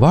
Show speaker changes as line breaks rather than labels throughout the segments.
瓦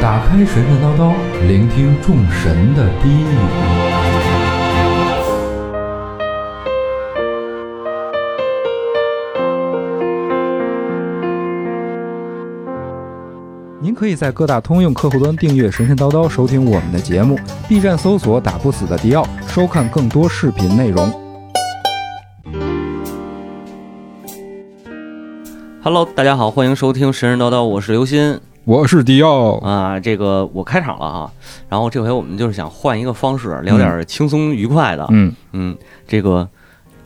打开神神叨叨，聆听众神的低语。您可以在各大通用客户端订阅“神神叨叨”，收听我们的节目；B 站搜索“打不死的迪奥”，收看更多视频内容。
Hello，大家好，欢迎收听《神神叨叨》，我是刘鑫
我是迪奥，
啊。这个我开场了哈，然后这回我们就是想换一个方式，聊点轻松愉快的。
嗯，
嗯，这个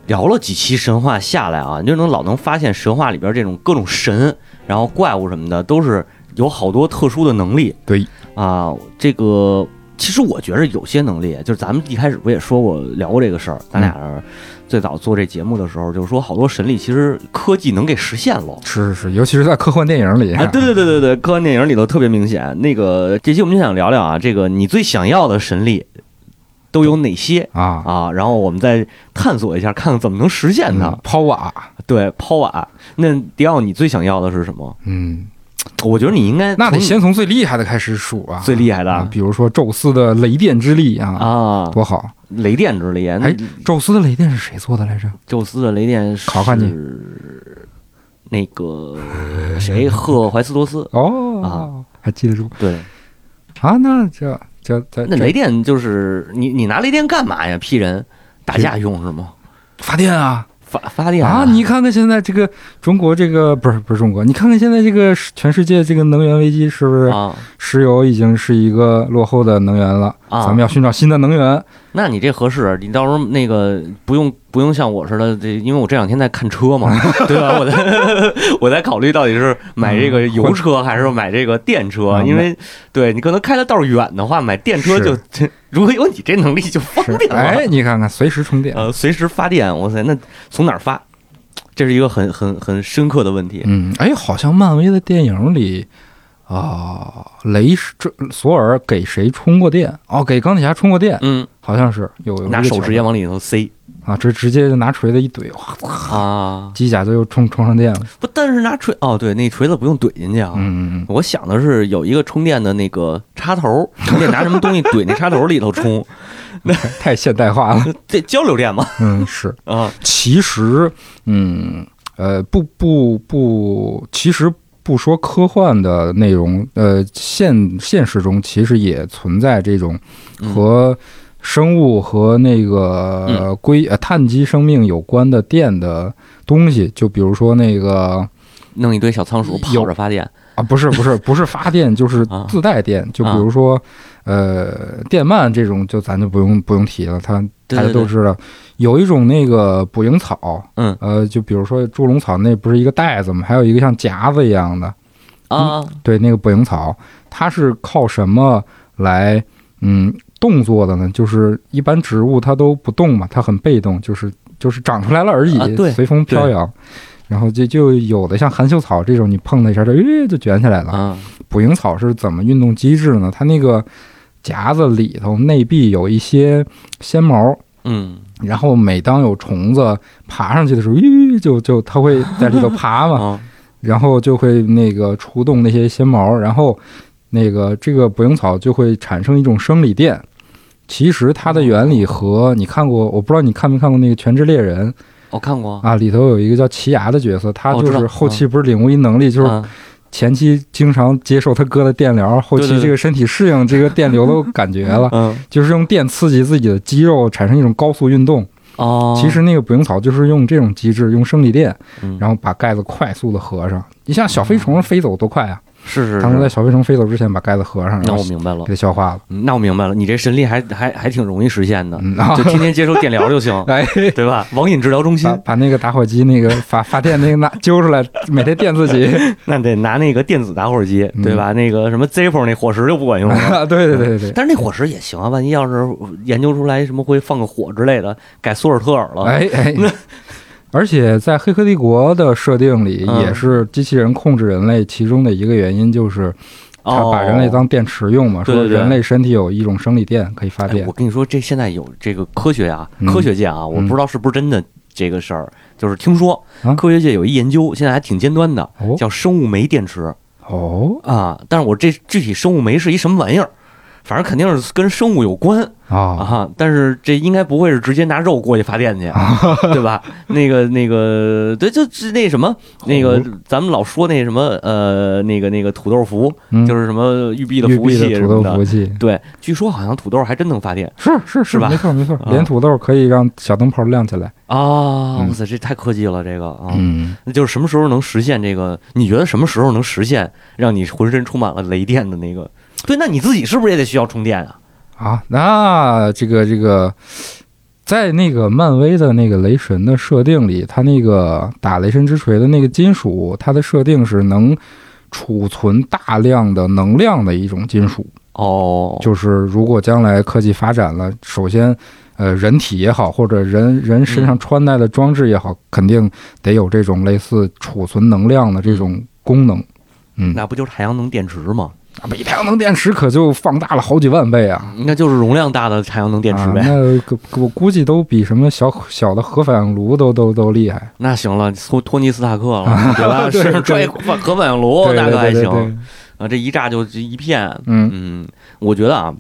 聊了几期神话下来啊，你就能老能发现神话里边这种各种神，然后怪物什么的，都是有好多特殊的能力
对，
啊。这个其实我觉得有些能力，就是咱们一开始不也说过聊过这个事儿，咱俩
嗯
人最早做这节目的时候，就是说好多神力其实科技能给实现了。
是是是，尤其是在科幻电影里，
啊，对对对对对，科幻电影里头特别明显。那个这期我们就想聊聊啊，这个你最想要的神力都有哪些
啊，
啊？然后我们再探索一下，看看怎么能实现它。
嗯抛瓦，
对，抛瓦。那迪奥，你最想要的是什么？
嗯，
我觉得你应该
那得
从
先从最厉害的开始数啊，
最厉害的
啊，比如说宙斯的雷电之力啊，
啊，
多好！
雷电之力。
哎，宙斯的雷电是谁做的来着？
宙斯的雷电是
考考你
那个谁，赫怀斯托斯。
哦，还记得住
对，
啊？那这这这
那
这
雷电就是你，你拿雷电干嘛呀？劈人打架用是吗？
发电啊？
发发电
啊！你看看现在这个中国这个不是不是中国，你看看现在这个世全世界这个能源危机是不是
啊，
石油已经是一个落后的能源了？
啊
咱们要寻找新的能源。
那你这合适，你到时候那个不用不用像我似的，这因为我这两天在看 车嘛，对吧？我在 我在考虑到底是买这个油车还是买这个电车，
嗯
因为对你可能开的道儿远的话，买电车就 如果有你这能力就方
是
便，了，
哎，你看看，随时充电。
啊 呃，随时发电，哇塞，那从哪儿发？这是一个很很很深刻的问题。
嗯，哎，好像漫威的电影里啊、雷是这索尔给谁充过电？哦，给钢铁侠充过电，
嗯，
好像是有有
拿
这个
手直
桥
接
段
往里头塞
啊，直直接就拿锤子一怼，哇，
啊！
机甲就又充充上电了。
不，但是拿锤哦，对，那锤子不用怼进去啊。
嗯嗯
我想的是有一个充电的那个插头，你得拿什么东西怼那插头里头充，
嗯，太现代化了。
这交流电嘛
嗯，是。
啊
其实，嗯，呃，不不不，其实不说科幻的内容，呃，现现实中其实也存在这种
嗯
和生物和那个
嗯
呃硅呃碳基生命有关的电的东西，就比如说那个。
弄一堆小仓鼠跑着发电
啊，不是不 是不是发电，就是
啊
自带电。就比如说，呃，电鳗这种，就咱就不用不用提了，它
对
大家
对
都
对
知道。有一种那个捕蝇草，
嗯
呃，就比如说猪笼草，那不是一个袋子吗？还有一个像夹子一样的，
啊
对，那个捕蝇草，它是靠什么来嗯动作的呢？就是一般植物它都不动嘛，它很被动，就是就是长出来了而已，
啊对
随风飘
对
摇。然后就就有的像含羞草这种，你碰它一下，它呃就卷起来了。
啊
捕蝇草是怎么运动机制呢？它那个夹子里头内壁有一些纤毛，
嗯
然后每当有虫子爬上去的时候，吁就就它会在里头爬 嘛，
啊
然后就会那个触动那些纤毛，然后那个这个捕蝇草就会产生一种生理电。其实它的原理和你看过，我不知道你看没看过那个《全职猎人
我看过》
啊，里头有一个叫奇牙的角色，他
哦我
就
知道
是后期不是领悟一能力，就是
啊
前期经常接受他哥的电疗，后
对
期
对，
这个身体适应这个电流的 感觉了
嗯
就是用电刺激自己的肌肉，产生一种高速运动。
哦，
其实那个捕蝇草就是用这种机制，用生理电，
嗯
然后把盖子快速的合上。你像小飞虫飞走多快啊！
是是，
当时在
是
小飞虫飞走之前把盖子合上，
嗯那
然
我
后
明白了，
给它消化了。
嗯那我明白了，你这神力还还还挺容易实现的，
嗯，然后，
就天天接受电疗就行
哎，
对吧？网瘾治疗中心
把把那个打火机那个发发电那个拿揪出来，每天电自 己。
那得拿那个电子打火机，
嗯
对吧？那个什么 Zippo 那火石就不管用了。
啊， 对对对对对，
但是那火石也行啊，万一要是研究出来什么会放个火之类的，改索尔特尔了，
哎 哎。而且在《黑客帝国》的设定里，
嗯
也是机器人控制人类其中的一个原因，就是它
哦
把人类当电池用嘛，
对
说
对对
人类身体有一种生理电可以发
哎
电
我。跟你说，这现在有这个科学啊，
嗯
科学界啊，我不知道是不是真的这个事儿，就是听说
啊
科学界有一研究，现在还挺尖端的，
哦
叫生物酶电池
哦
啊。但是我这具体生物酶是一什么玩意儿，反正肯定是跟生物有关。啊
啊，
哈，但是这应该不会是直接拿肉过去发 电去，对吧？那个那个，对，就是那什么，那个咱们老说那什么，呃，那个那个土豆服，
嗯
就是什么育碧的
育
服务
碧
器
的
什
土
么
豆服务
的。
器，
对，据说好像土豆还真能发电
是是
是吧
没错没错，
啊
连土豆可以让小灯泡亮起来。
啊！
嗯
哇塞，这太科技了，这个啊，
嗯，
那就是什么时候能实现这个？你觉得什么时候能实现让你浑身充满了雷电的那个？对，那你自己是不是也得需要充电啊？
啊，那这个这个，在那个漫威的那个雷神的设定里，它那个打雷神之锤的那个金属，它的设定是能储存大量的能量的一种金属。
哦，
就是如果将来科技发展了，首先，呃，人体也好，或者人人身上穿戴的装置也好，肯定得有这种类似储存能量的这种功能。嗯，
那不就是太阳能电池吗？
比太阳能电池可就放大了好几万倍啊！
那就是容量大的太阳能电池呗。
啊、那个我估计都比什么小小的核反应炉都都都厉害。
那行了，托托尼斯塔 克了，对吧？
对
身
对
上拽一核核反应炉，
对
大
对
哥哦
对
还
对
行
对，
啊！这一炸就就一片。
嗯
嗯，我觉得啊，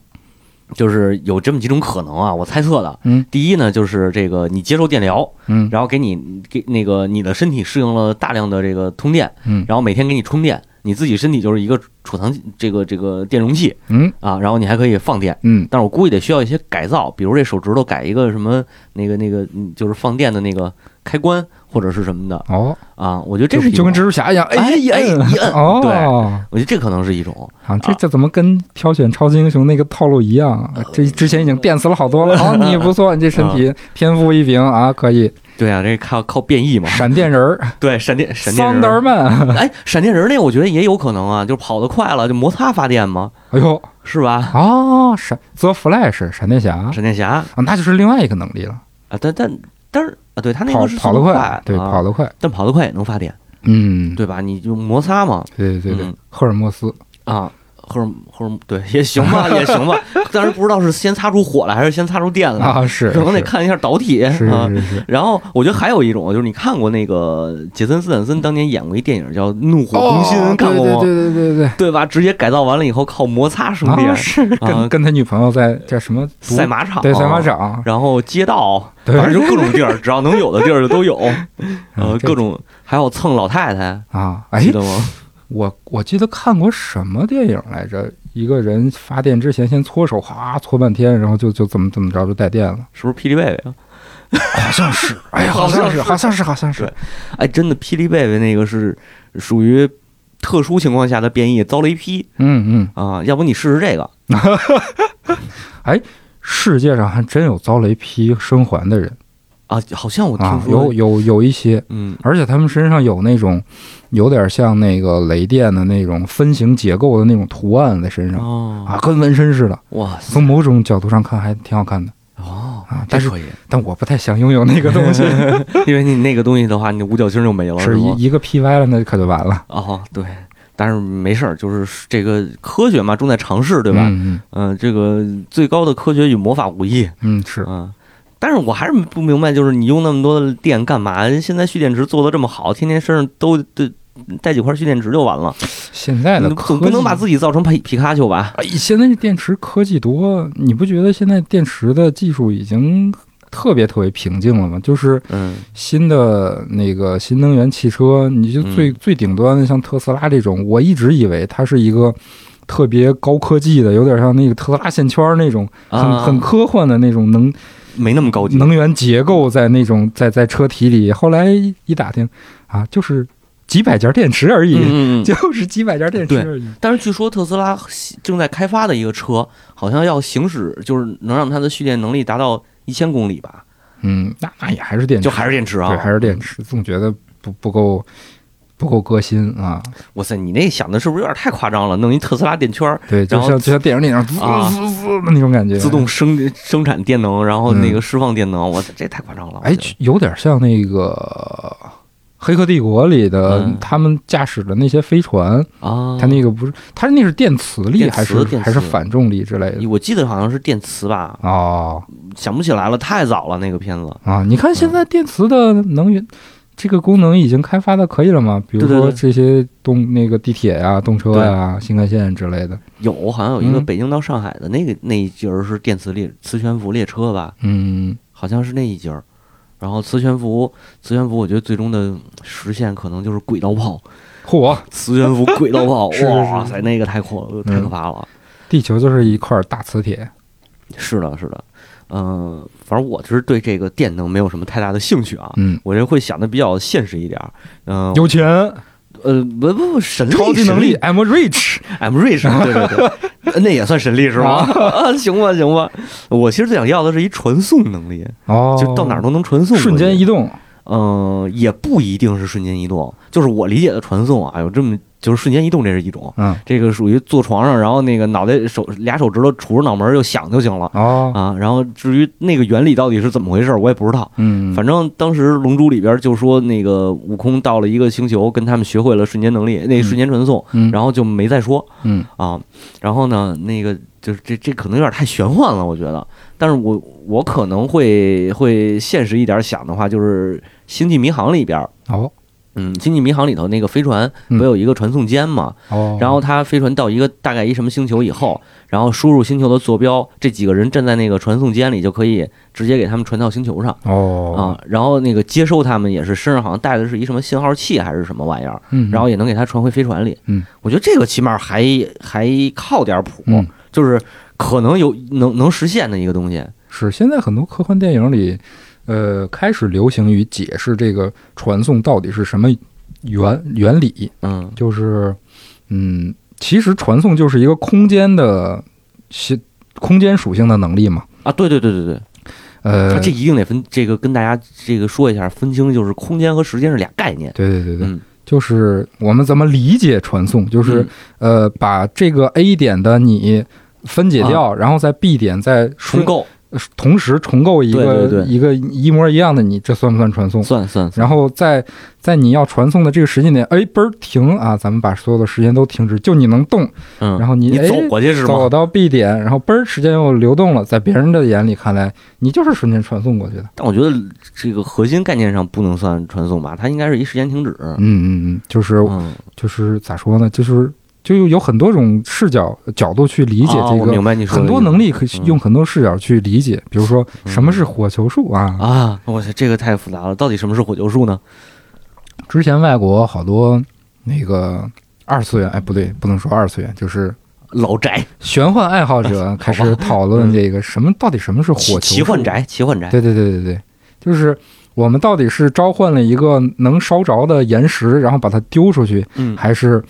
就是有这么几种可能啊，我猜测的。
嗯
第一呢，就是这个你接受电疗，
嗯
然后给你给那个你的身体适应了大量的这个通电，
嗯
然后每天给你充电，你自己身体就是一个储藏这个这个电容器
嗯
啊，然后你还可以放电。
嗯，
但是我估计得需要一些改造，比如这手指头改一个什么那个那个，嗯就是放电的那个开关或者是什么的
哦，
啊。我觉得这
就是
一
就跟
种
蜘，蛛侠一样，
哎
一摁
哎一摁
哦，
对我觉得这可能是一种。
啊，这这怎么跟挑选超级英雄那个套路一样啊？这之前已经电死了好多了。哦，你不错，你这身
啊
体天赋异禀啊，可以
对啊，这靠靠变异 嘛。
闪电人儿
对，闪电闪电人儿，
，Thunderman。
哎，闪电人那我觉得也有可能啊，就是跑得快了就摩擦发电嘛，
哎呦，
是吧？
哦，闪 The Flash 闪电侠啊，
闪电侠啊，
那就是另外一个能力了，
但但但是啊，对他那
跑
个是
跑得
速度
快，对，
啊
跑得快，
但跑得快也能发电，
嗯，啊
对吧？你就摩擦嘛，
对对对
嗯，
赫尔墨斯
啊，或者或者对也行吧，也 行吧。当然不知道是先擦出火来还是先擦出电来，
啊，是
可能得看一下导体
是
啊。
是是是，
然后我觉得还有一种就是你看过那个杰森斯坦森当年演过一电影叫《怒火攻心》，
哦
看过吗？
对对对对对
对吧？直接改造完了以后靠摩擦
对，
生电，
啊是跟跟他女朋友在叫什么独
赛嗯马场，嗯哦
对赛马，场，
然后街道，
对啊
反正就各种地儿，只要能有的地儿 就都有，呃，
这
各种还有蹭老太太，
啊，哎
记，得吗？
我我记得看过什么电影来着？一个人发电之前先搓手，哗搓半天，然后就就怎么怎么着就带电了，
是不是霹雳贝贝啊？
好像是，哎呀，
好
好
像
像是，
是
好像是，好像是
对，哎，真的，霹雳贝贝那个是属于特殊情况下的变异，遭雷劈
嗯嗯，
啊！要不你试试这个？
世界上还真有遭雷劈生还的人
啊，好像我听
啊，
说，
有有有一些，
嗯，
而且他们身上有那种有点像那个雷电的那种分形结构的那种图案在身上
哦，
啊，跟纹身似的。
哇塞，
从某种角度上看还挺好看的
哦，
啊，
这
但是
可以，
但我不太想拥有那个东西，
因为你那个东西的话，你的五角星就没了，是
是
吗？
一一个 P 歪了，那可就完了，
哦，对，但是没事儿，就是这个科学嘛，重在尝试，对吧？
嗯
嗯、这个最高的科学与魔法无异，
嗯嗯是
嗯、但是我还是不明白，就是你用那么多的电干嘛？现在蓄电池做的这么好，天天身上都都带几块蓄电池就完了。
现在的
你
科
总
技，
不能把自己造成皮皮卡丘吧？
哎现在这电池科技多，你不觉得现在电池的技术已经特别特别平静了吗？就是
嗯，
新的那个新能源汽车，你就
嗯
最、最顶端的像特斯拉这种，我一直以为它是一个。特别高科技的，有点像那个特斯拉线圈那种很、
啊
很科幻的那种能
没那么高级。
能源结构在那种在在车体里。后来一打听啊，就是几百节电池而已，
嗯嗯嗯
就是几百节电池
对
而已。
但是据说特斯拉正在开发的一个车，好像要行驶，就是能让它的蓄电能力达到一千公里吧，
嗯，那那也还是电池，
就还是电池啊，
对，还是电。池，总觉得不不够不够革新啊。
哇塞，你那想的是不是有点太夸张了？弄一特斯拉电圈儿，
对，就
然后
像就像电影里那样滋
啊
滋滋的那种感觉，
自动生生产电能，然后
嗯
那个释放电能，我操，这太夸张了。我
哎
觉得，
有点像那个《黑客帝国》里的、
嗯
他们驾驶的那些飞船，
啊，
它那个不是，它那是电磁力
电磁
还是
电磁
还是反重力之类的？
我记得好像是电磁吧，
哦
想不起来了，太早了那个片子。
啊，你看
嗯
现在电磁的能源。这个功能已经开发的可以了吗？比如
对对
说
对
这些动那个地铁呀、动车呀、新干线之类的。
有，好像有一个
嗯
北京到上海的那个、那一节儿是电磁列磁悬浮列车吧，
嗯，
好像是那一节儿。然后磁悬浮，磁悬浮，我觉得最终的实现可能就是轨道炮，
嚯，
磁悬 浮轨道炮，
是是嗯
哇
是
塞，那个太恐太可怕了。
地球就是一块大磁铁。
是的，是的，嗯、反正我是对这个电能没有什么太大的兴趣啊。
嗯，
我这会想的比较现实一点儿，嗯、
有钱，
呃，不不不，神力，哎
超级
神
能力，I'm rich。
I'm rich，对对对， 呃那也算神力是吗？啊，行吧行吧，我其实最想要的是一传送能力，
哦，
就到哪儿都能传送，
瞬间移
动。
动。
嗯、也不一定是瞬间移动，就是我理解的传送啊，有这么就是瞬间移动，这是一种，
嗯，
这个属于坐床上，然后那个脑袋手俩手指头杵着脑门儿就响就行了
哦，
啊。然后至于那个原理到底是怎么回事，我也不知道。
嗯，
反正当时《龙珠》里边就说，那个悟空到了一个星球，跟他们学会了瞬间能力，那瞬间传送，
嗯，
然后就没再说。
嗯
啊，然后呢，那个就是这这可能有点太玄幻了，我觉得。但是我我可能会会现实一点想的话，就是《星际迷航》里边儿，
哦
嗯，《星际迷航》里头那个飞船
嗯
不有一个传送间嘛？
哦，
然后他飞船到一个大概一什么星球以后，然后输入星球的坐标，这几个人站在那个传送间里就可以直接给他们传到星球上
哦
啊。然后那个接收他们也是身上好像带的是一什么信号器还是什么玩意儿，
嗯，
然后也能给他传回飞船里。
嗯，
我觉得这个起码还还靠点谱，
嗯
就是可能有能能实现的一个东西。
是现在很多科幻电影里，呃，开始流行于解释这个传送到底是什么原原理，
嗯
就是嗯，其实传送就是一个空间的系空间属性的能力嘛。
啊，对对对对对，
呃，
它这一定得分这个跟大家这个说一下，分清就是空间和时间是俩概念。
对对对对，
嗯
就是我们怎么理解传送，就是、呃，把这个 A 点的你分解掉，然后在 B 点再
重
重
构
同时重构一个
对对对
一个一模一样的你，这算不算传送？
算算算
然后在在你要传送的这个时间点，哎，嘣儿停啊！咱们把所有的时间都停止，就你能动，
嗯，
然后你
你
哎
走过去是
走
吗？
到 B 点，然后嘣儿时间又流动了，在别人的眼里看来，你就是瞬间传送过去的。
但我觉得这个核心概念上不能算传送吧，它应该是一时间停止。
嗯嗯嗯，就是
嗯，
就是咋说呢？就是就有很多种视角呃角度去理解
啊
这
我
个
明。白你说的
很多
意思
能力可以
嗯
用很多视角去理解，比如说什么是火球术啊，
啊！我操，这个太复杂了，到底什么是火球术呢？
之前外国好多那个二次元，哎，不对，不能说二次元，就是
老宅、
玄幻爱好 者开始讨论这个什么到底什么是火
奇
球
奇幻
术。
宅、奇幻宅，
对对对对对，就是我们到底是召唤了一个能烧着的岩石，然后把它丢出去，
嗯，
还是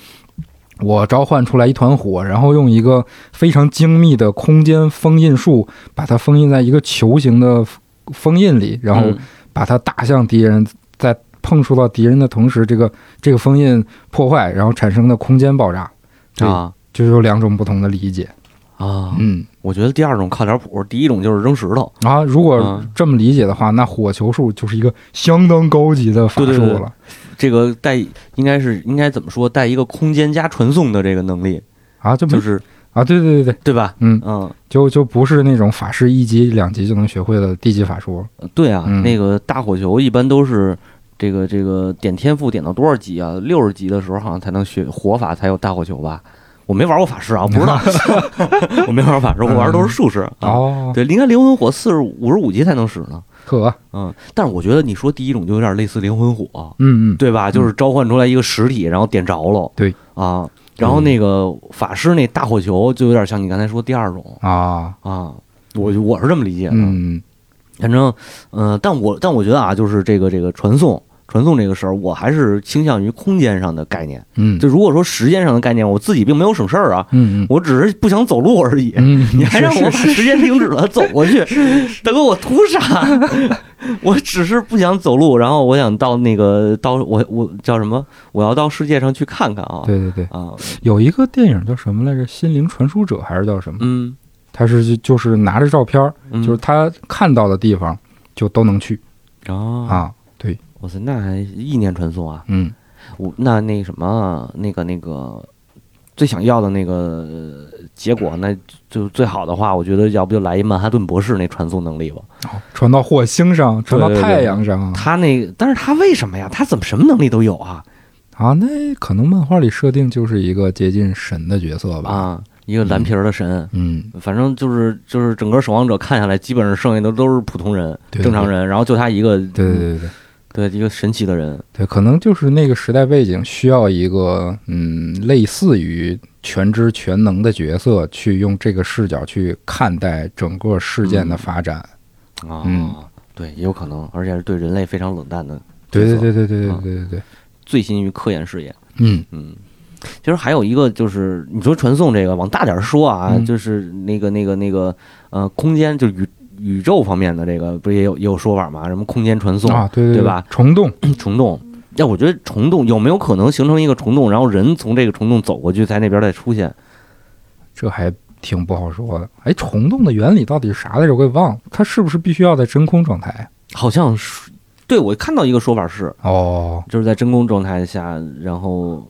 我召唤出来一团火，然后用一个非常精密的空间封印术把它封印在一个球形的封印里，然后
嗯
把它打向敌人，在碰触到敌人的同时，这个这个封印破坏，然后产生的空间爆炸，对
啊
就有两种不同的理解。
啊！
嗯，
我觉得第二种靠点谱，第一种就是扔石头。
啊，如果
嗯
这么理解的话，那火球术就是一个相当高级的法
对对
术
对
了。
这个带应该是应该怎么说？带一个空间加传送的这个能力，
啊，这不
就是
啊，对对对对，
对吧？
嗯，
嗯，
就就不是那种法师一级两级就能学会的低级法术了。
对啊，
嗯
那个大火球一般都是这个这个点天赋点到多少级啊？六十级的时候好像才能学火法才有大火球吧？我没玩过法师啊，我 不知道， 我没玩过法师，我玩的都是术士。啊。
哦，
对，应该灵魂火四十五十五级才能使呢。
呵，
嗯，但是我觉得你说第一种就有点类似灵魂火，啊
嗯嗯，
对吧？就是召唤出来一个实体，然后点着了。
对嗯
啊，然后那个法师那大火球就有点像你刚才说第二种
啊，
啊，我我是这么理解的。呃
嗯
反正，嗯、但我但我觉得啊，就是这个这个传送传送这个事儿，我还是倾向于空间上的概念。
嗯，
就如果说时间上的概念，我自己并没有省事儿啊，
嗯嗯
我只是不想走路而已。
嗯，
你还 让我把
是是
时间停止了走过去，大哥我图啥？ 我只是不想走路，然后我想到那个到我我叫什么？我要到世界上去看看啊！
对对对，
啊，
有一个电影叫什么来着，《心灵传输者》还是叫什么？
嗯，
他是就就是拿着照片儿，
嗯
就是他看到的地方就都能去
啊，
啊。对，
我操，那还意念传送啊？
嗯
我那那什么，那个那个最想要的那个呃结果，那就最好的话，我觉得要不就来一曼哈顿博士那传送能力吧。
传到火星上，传到
对对对
太阳上啊
他那个，但是他为什么呀？他怎么什么能力都有啊？
啊，那可能漫画里设定就是一个接近神的角色吧。
啊，一个蓝皮儿的神。
嗯，
反正就是就是整个守望者看下来，基本上剩下的都是普通人、
对
正常人，然后就他一个
对对对对
对一个神奇的人，
对，可能就是那个时代背景需要一个嗯，类似于全知全能的角色去用这个视角去看待整个事件
嗯
的发展。
啊，
嗯
对，也有可能，而且是对人类非常冷淡的
对对
角色，
对对对对
嗯
对对对，
醉心于科研事业。
嗯
嗯，其实还有一个就是你说传送这个，往大点儿说啊，
嗯
就是那个那个那个呃，空间就是宇宇宙方面的这个，不是也有也有说法吗？什么空间传送
啊，对对
对吧？
虫洞，
虫洞。但我觉得虫洞有没有可能形成一个虫洞，然后人从这个虫洞走过去，在那边再出现？
这还挺不好说的。哎，虫洞的原理到底是啥来着？我给忘了。它是不是必须要在真空状态？
好像是，对我看到一个说法是，
哦，
就是在真空状态下，然后，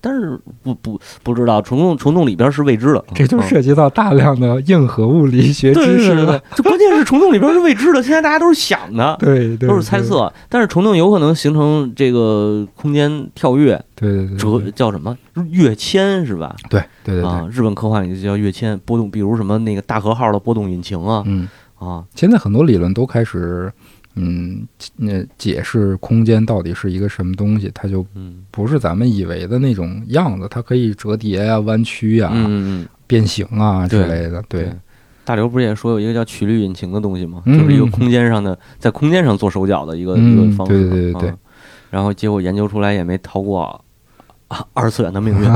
但是不不不知道虫洞虫洞里边是未知的，
这就
嗯
涉及到大量的硬核物理学
对
知
对
识
对对
了。，
这关键是虫洞里边是未知的，现在大家都是想的，
对 对，
都是猜测，但是虫洞有可能形成这个空间跳跃，
对。对对对
折叫什么跃迁是吧？
对对对对，
啊，日本科幻里就叫跃迁波动，比如什么那个大和号的波动引擎啊
嗯。
啊，
现在很多理论都开始，嗯，那解释空间到底是一个什么东西，它就
嗯
不是咱们以为的那种样子，它可以折叠呀、弯曲呀、
嗯嗯嗯。
变形啊之
对
类的。对，
大刘不是也说有一个叫曲率引擎的东西吗？
嗯
就是一个空间上的，在空间上做手脚的一个、
嗯
一个方式
对
嘛。
对对对
嗯然后结果研究出来也没逃过啊二次元 的命运。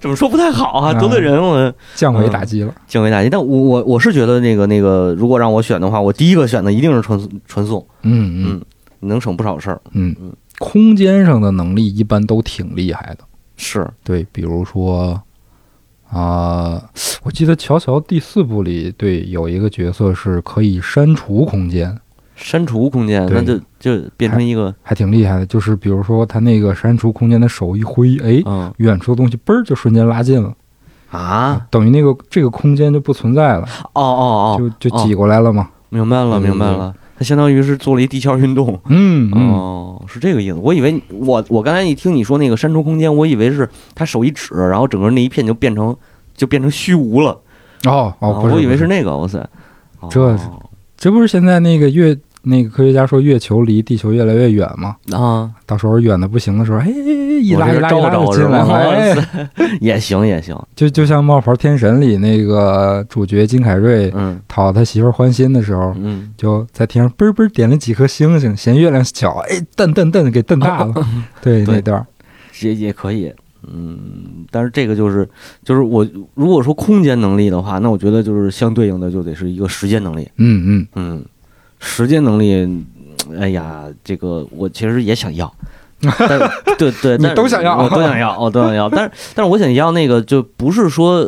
怎么说不太好啊，
啊
得罪人我
降维打击了。
降维打击。但我我我是觉得那个那个，如果让我选的话，我第一个选的一定是传传送，
嗯嗯
嗯能省不少事儿。
嗯
嗯
空间上的能力一般都挺厉害的。
是，
对，比如说啊、我记得《乔乔》第四部里，对有一个角色是可以删除空间，
删除空间，
对
那就就变成一个
还挺厉害的。就是比如说他那个删除空间的手一挥，哎，
嗯
远处的东西嘣儿就瞬间拉近了，
啊，
等于那个这个空间就不存在了，
哦哦哦，
就就挤过来了嘛。
明白了
嗯
明白
对
了，它相当于是做了一地壳运动。
嗯嗯，
哦，是这个意思。我以为你我我刚才一听你说那个删除空间，我以为是他手一指，然后整个那一片就变成就变成虚无了。
哦哦，
啊
不是，
我以为
不
是
是，
那个。哇塞，哦
这这不是现在那个月那个科学家说月球离地球越来越远吗？
啊，
到时候远的不行的时候，哎，一
我
拉
这
一
是
拉一
照
拉就
着
进
是
来
吧？
了，
哇
哎，
塞，也行也行，
就就像《冒牌天神》里那个主角金凯瑞
嗯
讨他媳妇儿欢心的时候。
嗯，
就在天上嘣嘣点了几颗星星，嫌月亮小，哎，瞪瞪瞪给瞪 大了。对
对
那段儿，
也也可以。嗯，但是这个就是就是我如果说空间能力的话，那我觉得就是相对应的就得是一个时间能力。
嗯嗯，
嗯，时间能力，哎呀，这个我其实也想 要，但对对，
你
但是
都想要
我都想要，我都想要，但是但是我想要那个就不是说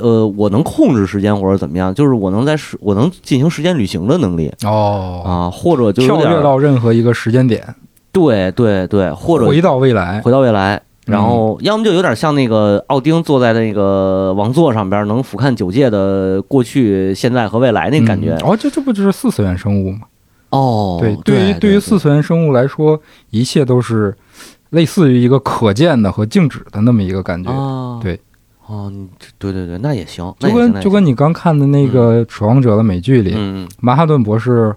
呃我能控制时间或者怎么样，就是我能在时我能进行时间旅行的能力
哦
啊，或者就有
跳
点
跃
儿
到任何一个时间点，
对对对，或者
回到未来。
回到未来。
嗯
然后，要么就有点像那个奥丁坐在那个王座上边儿，能俯瞰九界的过去、现在和未来那感觉。
嗯哦，这这不就是四次元生物吗？
哦，
对，
对
于对于四次元生物来说，一切都是类似于一个可见的和静止的那么一个感觉，
啊，
对，
哦，你这对对对，那也行，那
就
也行
跟就跟你刚看的那个《守望者》的美剧
那也
里，
行嗯嗯
曼哈顿博士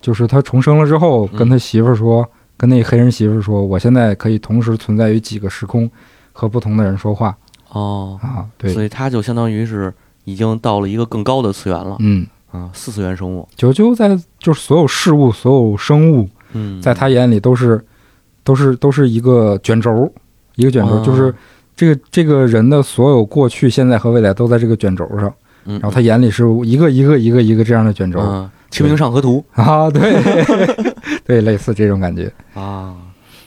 就是他重生了之后，
嗯
跟他媳妇儿说，跟那黑人媳妇儿说，我现在可以同时存在于几个时空，和不同的人说话
哦，
啊，对
所，以它就相当于是已经到了一个更高的次元了
嗯，
啊，四次元生物，
九九在就是所有事物、所有生物
嗯，
在他眼里都是都是都是一个卷轴，一个卷轴，
啊
就是这个这个人的所有过去、现在和未来都在这个卷轴上，
嗯，
然后他眼里是一个一个一个一个这样的卷轴
嗯《清明上河图
啊，对 对，类似这种感觉，》
啊。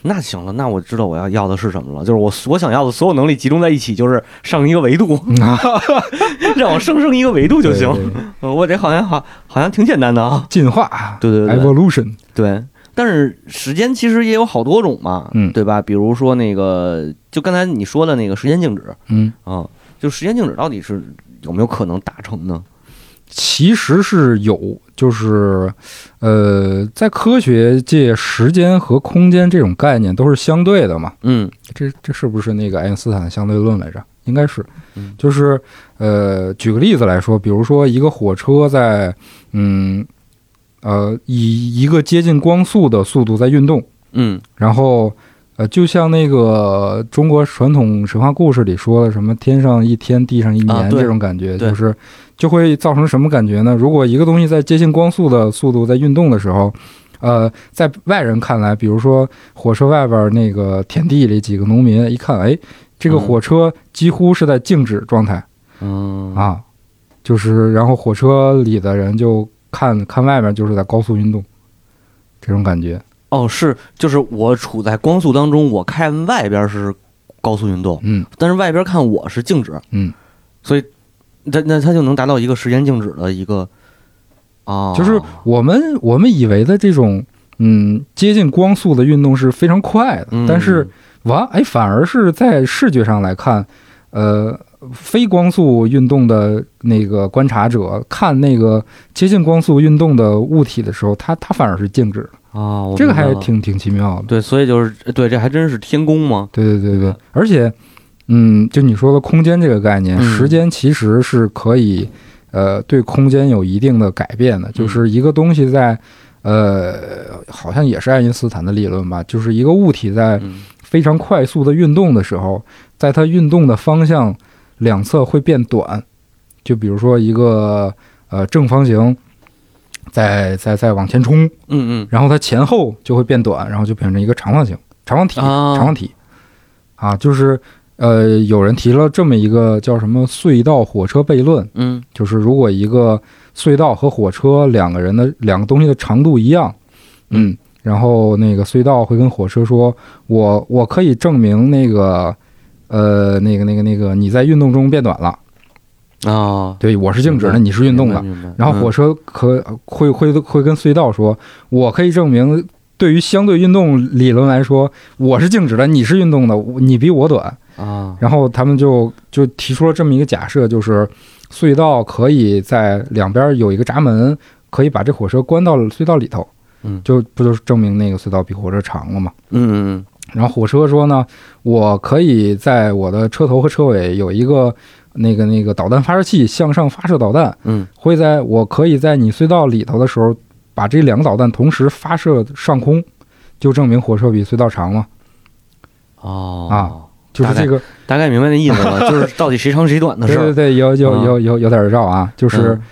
那行了，那我知道我要要的是什么了，就是我我想要的所有能力集中在一起，就是上一个维度，
嗯啊，
让我上升一个维度就行。
对对对
呃我这好像好好像挺简单的啊。
进化，
对对对
e v o l u t i o n
对，但是时间其实也有好多种嘛，
嗯
对吧？比如说那个，就刚才你说的那个时间静止
嗯，
啊，就时间静止到底是有没有可能达成呢？
其实是有，就是呃，在科学界，时间和空间这种概念都是相对的嘛。
嗯
这这是不是那个爱因斯坦相对论来着？应该是
嗯，
就是呃，举个例子来说，比如说一个火车在嗯呃以一个接近光速的速度在运动，
嗯
然后呃就像那个中国传统神话故事里说的什么天上一天地上一
啊
年
对
这种感觉，
对
就是就会造成什么感觉呢？如果一个东西在接近光速的速度在运动的时候。呃，在外人看来，比如说火车外边那个田地里几个农民一看，哎，这个
嗯
火车几乎是在静止状态，
嗯
啊，就是然后火车里的人就看看外面，就是在高速运动，这种感觉。
哦，是就是我处在光速当中，我看外边是高速运动，
嗯
但是外边看我是静止，
嗯，
所以那那它就能达到一个时间静止的一个啊，
就是我们我们以为的这种嗯接近光速的运动是非常快的，
嗯
但是哇哎反而是在视觉上来看，呃。非光速运动的那个观察者看那个接近光速运动的物体的时候，他他反而是静止的，
啊，我
这个
明
还
白了
挺挺奇妙的。
对，所以就是对，这还真是天宫吗？
对对对
对
对
吧，
而且，嗯，就你说的空间这个概念，
嗯
时间其实是可以，呃，对空间有一定的改变
嗯
的。就是一个东西在，呃，好像也是爱因斯坦的理论吧，就是一个物体在
嗯
非常快速的运动的时候，在它运动的方向两侧会变短。就比如说一个呃正方形在在在往前冲，
嗯
然后它前后就会变短，然后就变成一个长方形、长方体、
啊
长方体，啊，就是呃，有人提了这么一个叫什么隧道火车悖论，
嗯
就是如果一个隧道和火车两个人的两个东西的长度一样，嗯，然后那个隧道会跟火车说，我我可以证明那个呃那个那个那个你在运动中变短了，
嗯啊，
对我是静止的，你是运动的，
明白，嗯明白
然后火车可会会会跟隧道说，我可以证明，对于相对运动理论来说，我是静止的，你是运动的，我你比我短。
嗯啊，
然后他们就就提出了这么一个假设，就是隧道可以在两边有一个闸门，可以把这火车关到隧道里头，
嗯
就不就是证明那个隧道比火车长了吗？
嗯嗯
然后火车说呢，我可以在我的车头和车尾有一个那个那个导弹发射器向上发射导弹，
嗯
会在我可以在你隧道里头的时候，把这两个导弹同时发射上空，就证明火车比隧道长嘛，
哦
啊就是这个，
大概明白那意 思了，就是到底谁长谁短的
对
事
对
儿，
对，有
啊
有有有有点绕啊，就是
嗯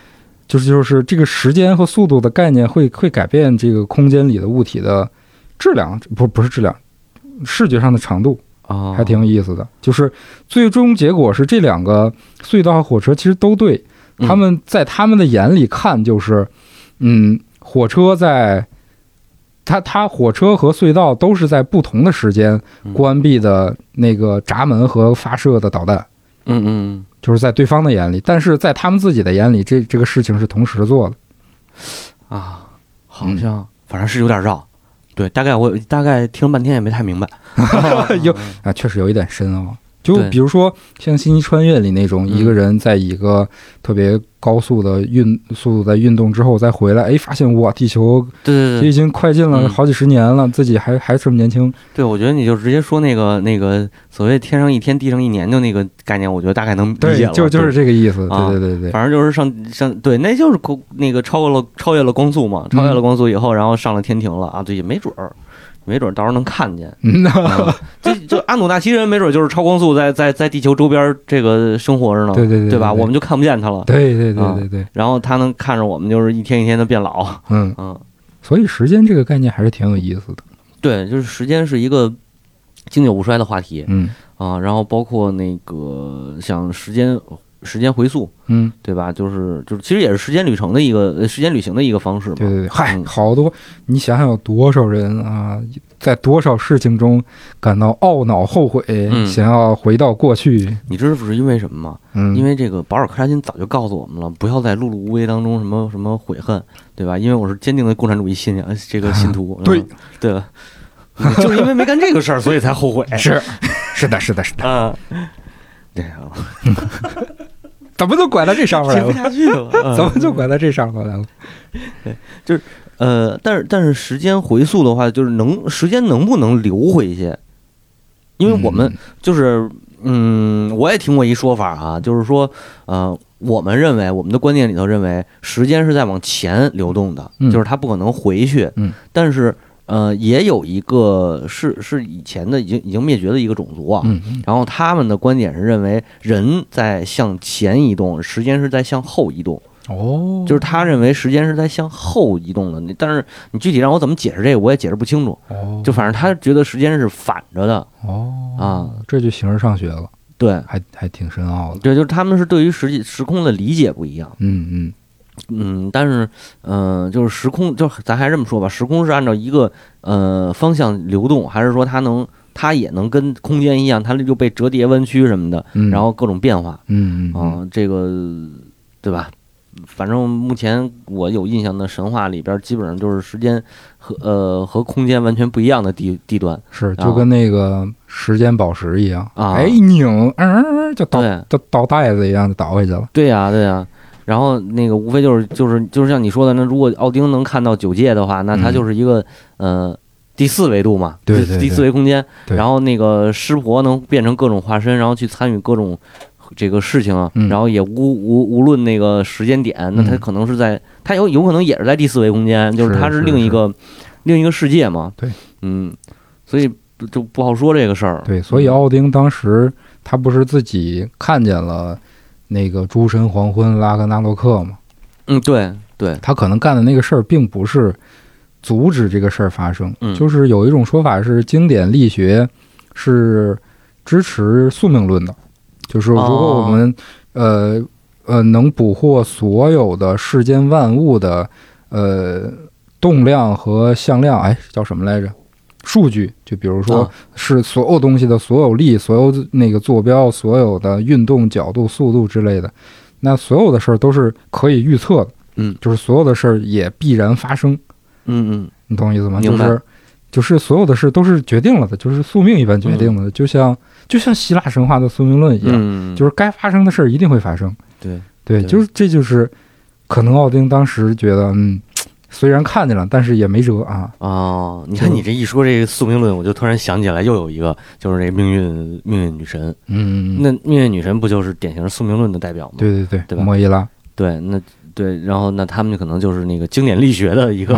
就是就是这个时间和速度的概念会会改变这个空间里的物体的质量，不不是质量，视觉上的长度，
啊，
还挺有意思的。就是最终结果是这两个隧道和火车其实都对，
嗯
他们在他们的眼里看就是，嗯，火车在，它它火车和隧道都是在不同的时间
嗯
关闭的那个闸门和发射的导弹，
嗯嗯，
就是在对方的眼里，但是在他们自己的眼里，这这个事情是同时做的。
嗯啊，好像
嗯
反正是有点绕，对，大概我大概听了半天也没太明白， 嗯
有啊，确实有一点深奥、就
对
比如说像《星际穿越》里那种，
嗯
一个人在一个特别高速的运速度在运动之后再回来，哎，发现哇，地球
对对
已
对，
经快进
嗯
了好几十年了，自己还还这么年轻。
对我觉得你就直接说那个那个所谓天上一天地上一年的那个概念，我觉得大概能理解了，
就就是这个意思。
啊
对对对对，
反正就是上上对，那就是光那个超过了超越了光速嘛，超越
嗯
了光速以后，然后上了天庭了啊，对，也没准儿，没准儿到时候能看见。
嗯，
啊、 就就阿努纳奇人没准儿就是超光速在在在地球周边儿这个生活着呢，
对对对
对吧？
对
我们就看不见他了，
对对对
啊
对对，
然后他能看着我们，就是一天一天的变老。
嗯，
嗯
所以时间这个概念还是挺有意思的。
对，就是时间是一个经久不衰的话题
嗯
啊，然后包括那个像时间时间回溯，
嗯，
对吧？就是就是，其实也是时间旅程的一个呃时间旅行的一个方式嘛。
对对对，嗨，
嗯
好多你想想有多少人啊，在多少事情中感到懊恼、后悔，
嗯
想要回到过去。
你知道是因为什么吗？
嗯，
因
为
为这个保尔·柯察金早就告诉我们了，不要在碌碌无为当中什么什么悔恨，对吧？因为我是坚定的共产主义信仰呃这个信徒。
对
嗯对吧，就是因为没干这个事儿，所以才后悔。
是是的，是的，是的，
啊，对啊，
怎么就拐到这上面来
听不
了？
下去了。嗯
怎么就拐到这上面来了？
呃，但是但是时间回溯的话，就是能时间能不能流回去？因为我们
嗯
就是，嗯，我也听过一说法啊，就是说，呃，我们认为我们的观念里头认为时间是在往前流动的，
嗯
就是它不可能回去。
嗯，
但是呃，也有一个是是以前的已经已经灭绝的一个种族啊，
嗯嗯
然后他们的观点是认为人在向前移动，时间是在向后移动。
哦，
就是他认为时间是在向后移动的，你但是你具体让我怎么解释这个，我也解释不清楚。
哦
就反正他觉得时间是反着的
哦，
啊，
这就形而上学了，
对
还还挺深奥的。
对，就是他们是对于时际时空的理解不一样，
嗯嗯
嗯，但是嗯、呃就是时空，就是咱还这么说吧，时空是按照一个呃方向流动，还是说它能它也能跟空间一样，它就被折叠弯曲什么的，
嗯，
然后各种变化
嗯嗯嗯
啊、这个对吧？反正目前我有印象的神话里边儿，基本上就是时间和呃和空间完全不一样的地地段。
是
啊
就跟那个时间宝石一样，
啊
哎一拧，嗯就倒
对
就倒袋子一样就倒回去了。
对呀、对呀、然后那个无非就是就是就是像你说的，那如果奥丁能看到九界的话，那他
嗯
就是一个、呃第四维度嘛，
对
第
对
第
对
四维空间。
对
然后那个湿婆能变成各种化身，然后去参与各种这个事情啊，
嗯
然后也无无无论那个时间点，那他
嗯
可能是在他有有可能也是在第四维空间，就是
是
他是
是
另一
是
个另一个世界嘛。
对，
嗯，所以不就不好说这个事儿。嗯
对，所以奥丁当时他不是自己看见了那个诸神黄昏拉格纳洛克吗？
嗯，对对，
他可能干的那个事儿并不是阻止这个事儿发生，
嗯
就是有一种说法是经典力学是支持宿命论的，就是如果我们、呃呃能捕获所有的世间万物的呃动量和向量，哎叫什么来着？数据就比如说
啊
是所有东西的所有力、所有那个坐标、所有的运动角度、速度之类的，那所有的事儿都是可以预测的，
嗯，
就是所有的事儿也必然发生，
嗯嗯
你懂我意思吗？就
明白
是就是所有的事都是决定了的，就是宿命一般决定的，就像就像希腊神话的宿命论一样，
嗯，
就是该发生的事儿一定会发生。
对
对，
对
就是这就是可能奥丁当时觉得，嗯，虽然看见了，但是也没辙啊。
哦，你
嗯
看你这一说这个宿命论，我就突然想起来又有一个，就是这命运命运女神。
嗯，
那命运女神不就是典型宿命论的代表吗？
对对对，
对吧
莫伊拉，
对，那对，然后那他们可能就是那个经典力学的一 个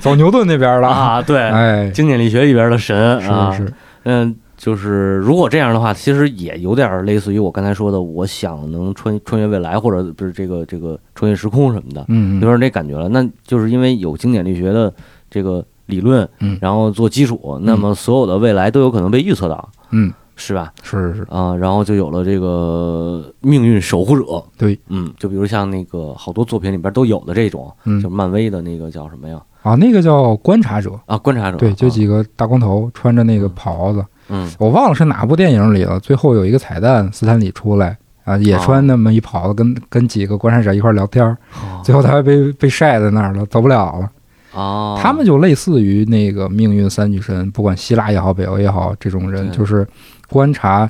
走牛顿那边了。
啊，对，
哎，
经典力学里边的神啊，
是是，
嗯，就是如果这样的话，其实也有点类似于我刚才说的，我想能穿穿越未来，或者不是这个这个穿越时空什么的，
嗯嗯
有点那感觉了。那就是因为有经典力学的这个理论
嗯，
然后做基础，那么所有的未来都有可能被预测到，
嗯，
是吧？
是是，
啊，然后就有了这个命运守护者。
对，
嗯，就比如像那个好多作品里边都有的这种，
嗯
就是漫威的那个叫什么呀？
啊，那个叫观察者，
啊，观察者。
对，就
啊
几个大光头穿着那个袍子，
嗯
我忘了是哪部电影里了。最后有一个彩蛋，斯坦李出来啊，也
哦
穿那么一袍子，跟跟几个观察者一块儿聊天儿，
啊
最后他还被被晒在那儿了，走不了了。
啊，
他们就类似于那个命运三女神，不管希腊也好，北欧也好，这种人
对
就是观察。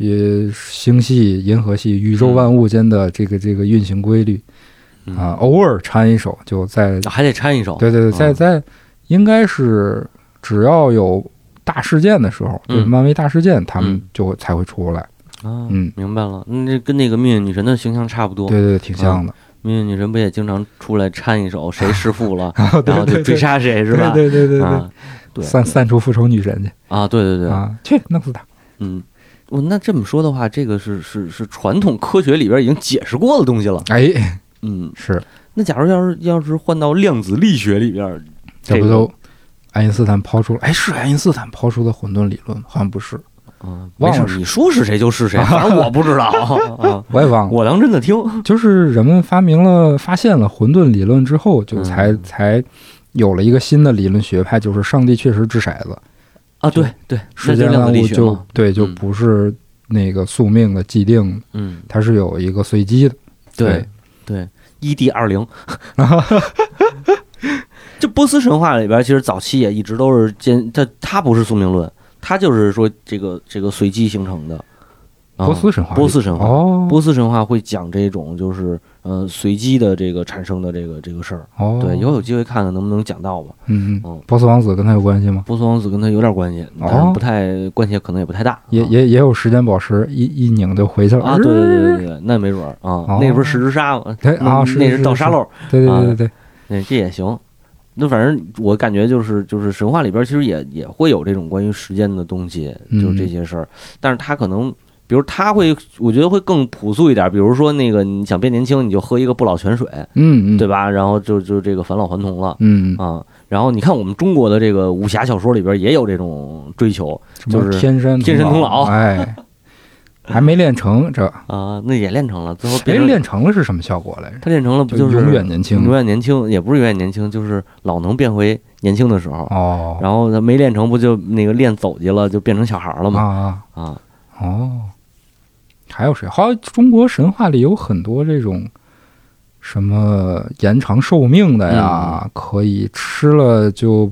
呃，星系、银河系、宇宙万物间的这个这个运行规律
嗯
啊，偶尔掺一手，就在
还得掺一手。
对对对，
嗯
在在应该是只要有大事件的时候，
嗯
就是漫威大事件，他们
嗯
就才会出来。
啊，
嗯
明白了。那这跟那个命运女神的形象差不多。
对对对，挺像的。
命运女神不也经常出来掺一手，谁弑父了，
啊， 对
嗯然后
对
就
对
追
对
杀谁，是吧？
对对对对
啊，对
散散出复仇女神去
啊，对对对，
啊，去弄死他。
嗯。我那这么说的话，这个是是是传统科学里边已经解释过的东西了。
哎，
嗯，
是，
那假如要是要是换到量子力学里边儿，
这
这
不
个
都爱因斯坦抛出了？哎，是爱因斯坦抛出的混沌理论吗？好像不是，
啊，
忘
没
了
事儿，你说是谁就是 谁，反正我不知道啊，
我也忘了。
我当真的听。
就是人们发明了、发现了混沌理论之后，就才、
嗯
才有了一个新的理论学派，就是上帝确实掷骰子，
啊，对对，那
世
就
间
是量
万
子力
物
学
就
嘛。
对，就
嗯
不是那个宿命的既定，
嗯，
它是有一个随机的。
对对，ED 二 零。这波斯神话里边，其实早期也一直都是坚，它它不是宿命论，它就是说这个这个随机形成的。啊
波斯神话里，
波斯神话
哦，
波斯神话会讲这种就是呃随机的这个产生的这个这个事儿。
哦，
对，以后有机会看看能不能讲到吧。
嗯嗯
嗯，
波斯王子跟他有关系吗？
波斯王子跟他有点关系，但
哦
是不太关系，可能也不太大。
也
啊
也也有时间宝石，一一拧就回去了
啊，对对对对对，那没准儿啊，那不是石之沙吗？
哦对啊
那
是
那
是
是倒沙
是
漏，
对对
啊
对对对，
那这也行。那反正我感觉就是就是神话里边其实也也会有这种关于时间的东西，
嗯
就是这些事儿。但是他可能，比如他会，我觉得会更朴素一点。比如说那个你想变年轻，你就喝一个不老泉水，
嗯嗯，
对吧？然后就就这个返老还童了
嗯，
啊。然后你看我们中国的这个武侠小说里边也有这种追求
什么
就是
天山
天山童
姥，
姥
哎，还没练成这，
啊，那也练成了，最后
哎，
变成
练成了是什么效果来着？
他练成了不就是
永远年轻
永远年轻，也不是永远年轻，就是老能变回年轻的时候。
哦，
然后他没练成，不就那个练走去了，就变成小孩了嘛？
啊
啊，
哦，还有谁？好像中国神话里有很多这种什么延长寿命的呀，
嗯
可以吃了就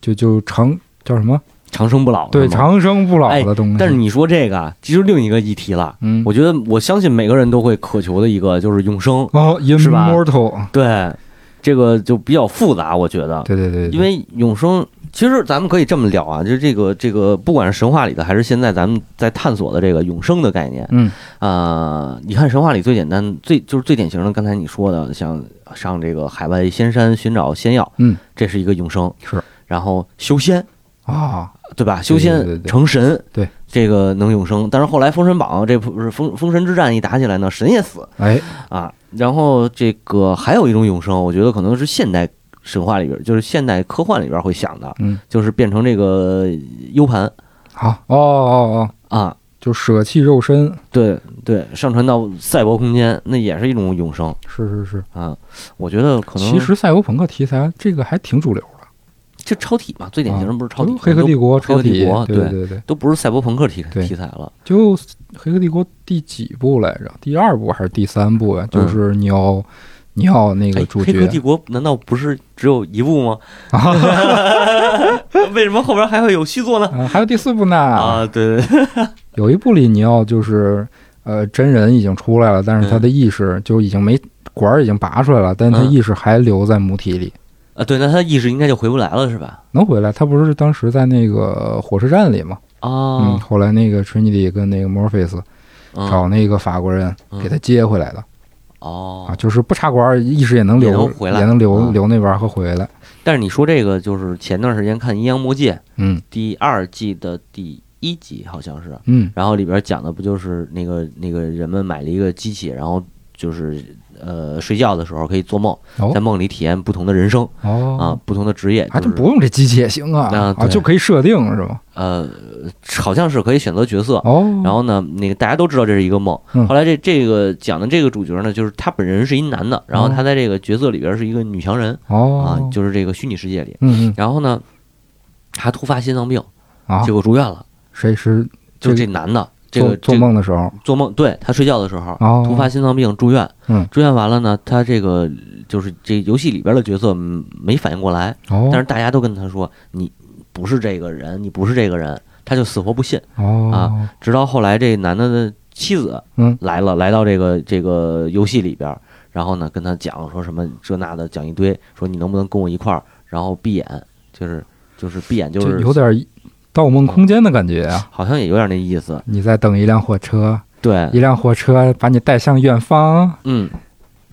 就就长叫什么？
长生不老。
对，
是吗。
长生不老的东西。
哎但是你说这个，啊，其实另一个议题了。
嗯，
我觉得我相信每个人都会渴求的一个就是永生。
哦
是吧啊
，immortal，
对，这个就比较复杂，我觉得，
对对对，对
因为永生。其实咱们可以这么聊啊，就是这个这个，不管是神话里的，还是现在咱们在探索的这个永生的概念，
嗯
啊、你看神话里最简单、最就是最典型的，刚才你说的，像上这个海外仙山寻找仙药，
嗯，
这是一个永生，
是。
然后修仙，
啊，
对吧？修
对对
仙
对
成神，
对
这个能永生。但是后来封神榜这不是封封神之战一打起来呢，神也死
哎，
啊。然后这个还有一种永生，我觉得可能是现代神话里边，就是现代科幻里边会想的，
嗯，
就是变成这个 U 盘
好，哦哦哦，
啊，
就舍弃肉身，
对对，上传到赛博空间，那也是一种永生。
是是是。
啊，我觉得可能
其实赛博朋克题材这个还挺主流的，
就超体嘛，最典型的不是超体，
啊黑客帝国》
黑
超
客帝
体，
国
对
对
对对。
都不是赛博朋克题
对
题材了。
就《黑客帝国》第几部来着？第二部还是第三部呀、就是你要你要那个
嗯哎
主
黑客帝
角
国难道不是只有一部吗？ 为什么后边还会有续作呢？
啊， 还有第四部呢。
啊，对 对对，
有一部里你要就是呃，真人已经出来了，但是他的意识就已经没管儿已经拔出来了，但他
嗯
意识还留在母体里。
啊对，那他意识应该就回不来了是吧？
能回来，他不是当时在那个火车站里吗？嗯，
啊，
后来那个 Trinity 跟那个 Morpheus
嗯
找那个法国人
嗯
给他接回来的、啊，
哦，
就是不插管儿，意识也能留，
也能回来
也能留、
啊
留那边儿和回来。
但是你说这个，就是前段时间看《阴阳魔界》
嗯
第二季的第一集，好像是，
嗯，
然后里边讲的不就是那个那个人们买了一个机器，然后就是呃睡觉的时候可以做梦，
哦
在梦里体验不同的人生
哦
啊，不同的职业，
啊，
就
就是不用这机器也行啊
啊，
啊，
对
就可以设定是吗？
呃，好像是可以选择角色。
哦，
啊然后呢，那个大家都知道这是一个梦
嗯。
后来这这个讲的这个主角呢，就是他本人是一男的，然后他在这个角色里边是一个女强人啊
哦，，
就是这个虚拟世界里。
嗯嗯
然后呢，他突发心脏病，
啊
结，果住院了。
谁是
就是
这
这男的，这
做
个
做
这
梦的时候
做梦，对他睡觉的时候
哦
突发心脏病住院。
嗯
住院完了呢，他这个就是这游戏里边的角色嗯没反应过来，
哦，
但是大家都跟他说你不是这个人，你不是这个人，他就死活不信。
哦
啊直到后来这男的的妻子
嗯
来了，来到这个这个游戏里边儿，然后呢跟他讲说什么这那的，讲一堆，说你能不能跟我一块儿，然后闭眼，就是就是闭眼就
就是有点《盗梦空间》的感觉啊。
好像也有点那意思，
你在等一辆火车，
对
一，辆火车把你带向远方。
嗯。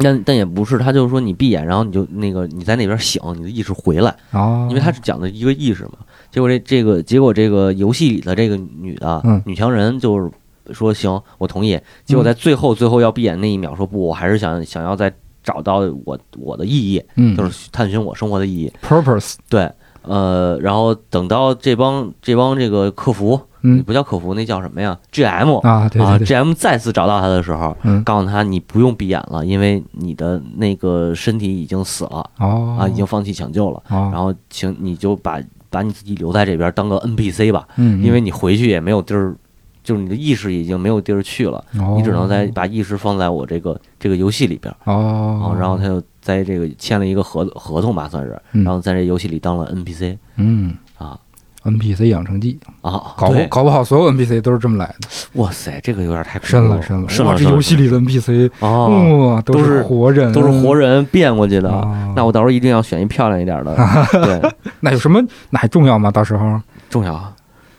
但但也不是，他就是说你闭眼，然后你就那个你在那边醒，你的意识回来，
哦，
因为他是讲的一个意识嘛。结果这这个结果这个游戏里的这个女的、
嗯
女强人就是说行，我同意。结果在最后最后要闭眼那一秒说不，我还是想想要在找到我我的意义，
嗯，
就是探寻我生活的意义。
purpose，
对，呃，然后等到这帮这帮这个客服，
嗯
不叫客服，那叫什么呀？GM
啊，对对对，
，GM 再次找到他的时候，
嗯，
告诉他你不用闭眼了，因为你的那个身体已经死了
哦
啊，已经放弃抢救了。
哦，
然后请你就把把你自己留在这边当个 NPC 吧，
嗯，
因为你回去也没有地儿，就是你的意识已经没有地儿去了，
你
你只能在把意识放在我这个这个游戏里边。
哦
啊，，然后他就在这个签了一个合合同吧，算是，
嗯
然后在这游戏里当了 NPC
嗯
啊
，NPC 养成记，
啊，
搞不
对
搞不好所有 NPC 都是这么来的，
哇塞，这个有点太
深了
深
深了，
深
哇，
了，
这
深了
游戏里嗯的 NPC，
哦，
哇，
都
是
是
活人，
都是活。人变过去的
哦，
那我到时候一定要选一漂亮 一点的，对，
那有什么？那还重要吗？到时候，
重要啊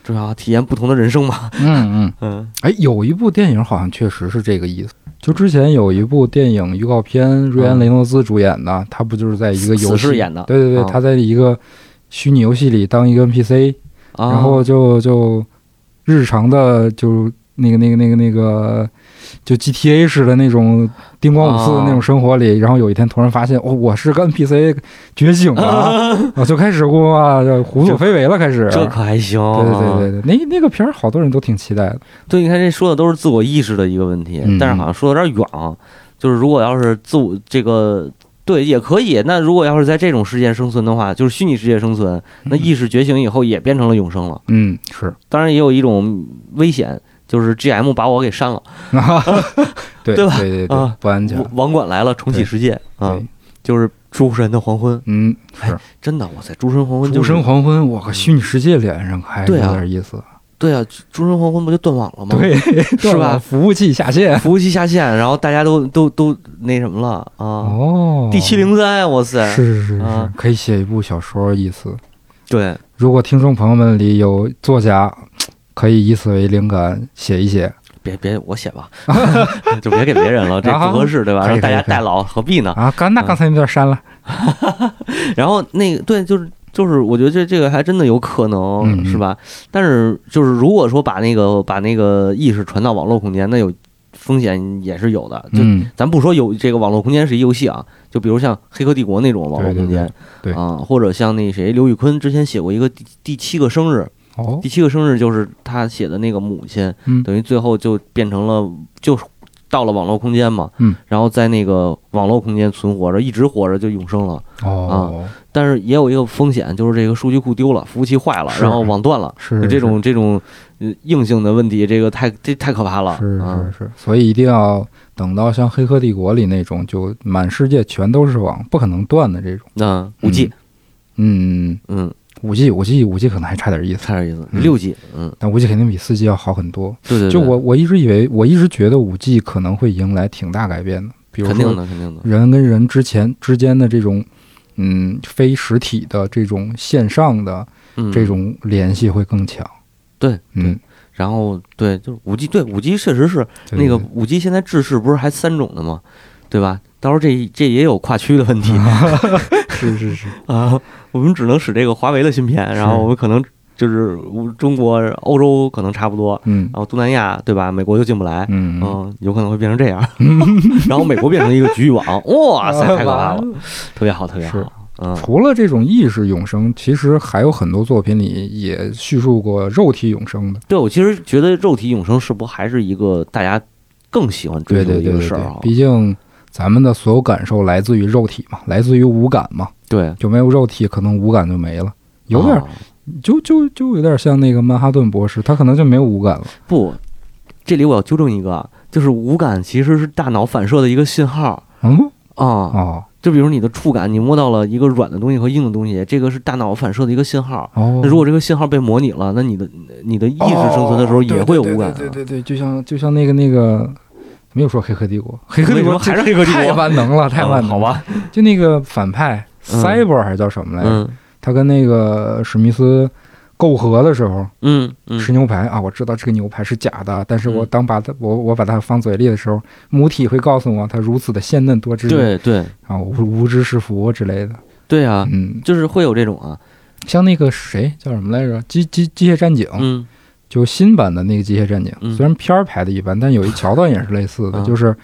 重要啊，体验不同的人生嘛，
嗯嗯，
嗯
哎，有一部电影好像确实是这个意思。就之前有一部电影预告片，瑞安·雷诺兹主演的，他不就是在一个
嗯死
游
死
戏
侍演的
对对对，
啊
他在一个虚拟游戏里当一个 NPC，
啊，
然 后就就日常的就那个那个那个那个就 GTA 式的那种叮咣五四的那
哦
种生活里，然后有一天突然发现哦，我是个 NPC 觉醒了 啊，我就开始哇就胡作非为了，开始。
这可还行，
啊
啊
对对对对，那那个片儿好多人都挺期待的。
对，你看这说的都是自我意识的一个问题，
嗯
但是好像说的有点远啊。就是如果要是自我这个对也可以，那如果要是在这种世界生存的话，就是虚拟世界生存，那意识觉醒以后也变成了永生了。
嗯， 是，
当然也有一种危险，就是 GM 把我给删了，
对
对吧
对对对
啊，
不安全。
网网管来了，重启世界啊
对，，
就是诸神的黄昏。
嗯，
哎
是，
真的，哇塞，诸神黄昏就
诸
是嗯
神黄昏，我靠，虚拟世界连上还是有
对啊
点意思。
对啊，诸神黄昏不就断网了吗？，
对，
是吧啊
服务器下线。
服务器下线，然后大家都都都那什么了啊。
哦，
第七零三，哇塞，
是是是是
啊，
可以写一部小说意思。
对，
如果听众朋友们里有作家，可以以此为灵感写一写。
别别，我写吧， 就别给别人了，这不合适，对吧？
啊可以
让大家
可以可以
代劳，何必呢？
啊，刚那
嗯
刚才那段删了，
然后那个，对，就是就是，我觉得这这个还真的有可
嗯
能，是吧？但是就是如果说把那个把那个意识传到网络空间，那有风险也是有的。就
嗯，
咱不说有这个网络空间是一游戏啊，就比如像《黑客帝国》那种网
对对
络空间
对对
啊，或者像那谁刘宇昆之前写过一个第第七个生日，
哦
第，七个生日就是他写的那个母亲，
嗯
等于最后就变成了就到了网络空间嘛，
嗯，
然后在那个网络空间存活着，一直活着就永生了。
哦，
但是也有一个风险，就是这个数据库丢了，服务器坏了，
是
然后网断了，
是
有这种这种呃硬性的问题，这个太这太可怕了。
是
啊
是是，所以一定要等到像《黑客帝国》里那种，就满世界全都是网，不可能断的这种。
那五 G，
嗯，
嗯，
五 G 五 G 五 G 可能还差点意思，
差点意思，
嗯
六 G，嗯，
但五 G 肯定比四 G 要好很多。
对对，对
就我我一直以为，我一直觉得五 G 可能会迎来挺大改变的，比如
肯
说
定的，肯定的，
人跟人之前之间的这种，嗯，非实体的这种线上的
嗯，
这种联系会更强。
对对
嗯。，
然后对，就是五 G，对五 G 确实是
对
那个
对
五 G 现在制式不是还三种呢吗？对吧？到时候这这也有跨区的 问题
是是是，
啊，我们只能使这个华为的芯片，然后我们可能就是中国、欧洲可能差不多，
嗯
然后东南亚对吧？美国就进不来，
嗯
嗯，有可能会变成 这样，然后美国变成一个局域网，哇塞，太可怕了，特别好，特别
是
好，嗯，
除了这种意识永生，其实还有很多作品里也叙述过肉体永生的。
对我其实觉得肉体永生是不是还是一个大家更喜欢
对
追求的
对
一
对
个
对
事儿
对
啊，？
毕竟咱们的所有感受来自于肉体嘛，来自于五感嘛，
对，
就没有肉体，可能五感就没了。有点
啊
就就就有点像那个曼哈顿博士，他可能就没有五感了。
不，这里我要纠正一个，就是五感其实是大脑反射的一个信号
嗯
啊。
哦
就比如你的触感，你摸到了一个软的东西和硬的东西，这个是大脑反射的一个信号。
哦，
那如果这个信号被模拟了，那你的你的意识生存的时候也会有五感
哦
啊
对。对对对对对，就像就像那个那个，没有说黑客帝国，黑客帝
为什
国
么还是黑客帝
太
国？
万能了，太万
嗯
能了。
好，吧，
就那个反派
嗯
Cyber 还是叫什么来着？
嗯
他跟那个史密斯媾和的时候
嗯嗯
吃牛排啊，我知道这个牛排是假的，但是我
嗯
当把它我我把它放嘴里的时候，母体会告诉我它如此的鲜嫩多汁，
对对
啊，我无无知是福之类的。
对啊，
嗯，
就是会有这种啊，
像那个谁叫什么来着？机机机械战警，
嗯
就新版的那个《机械战警》，
嗯
虽然片儿拍的一般，但有一桥段也是类似的，
嗯
就是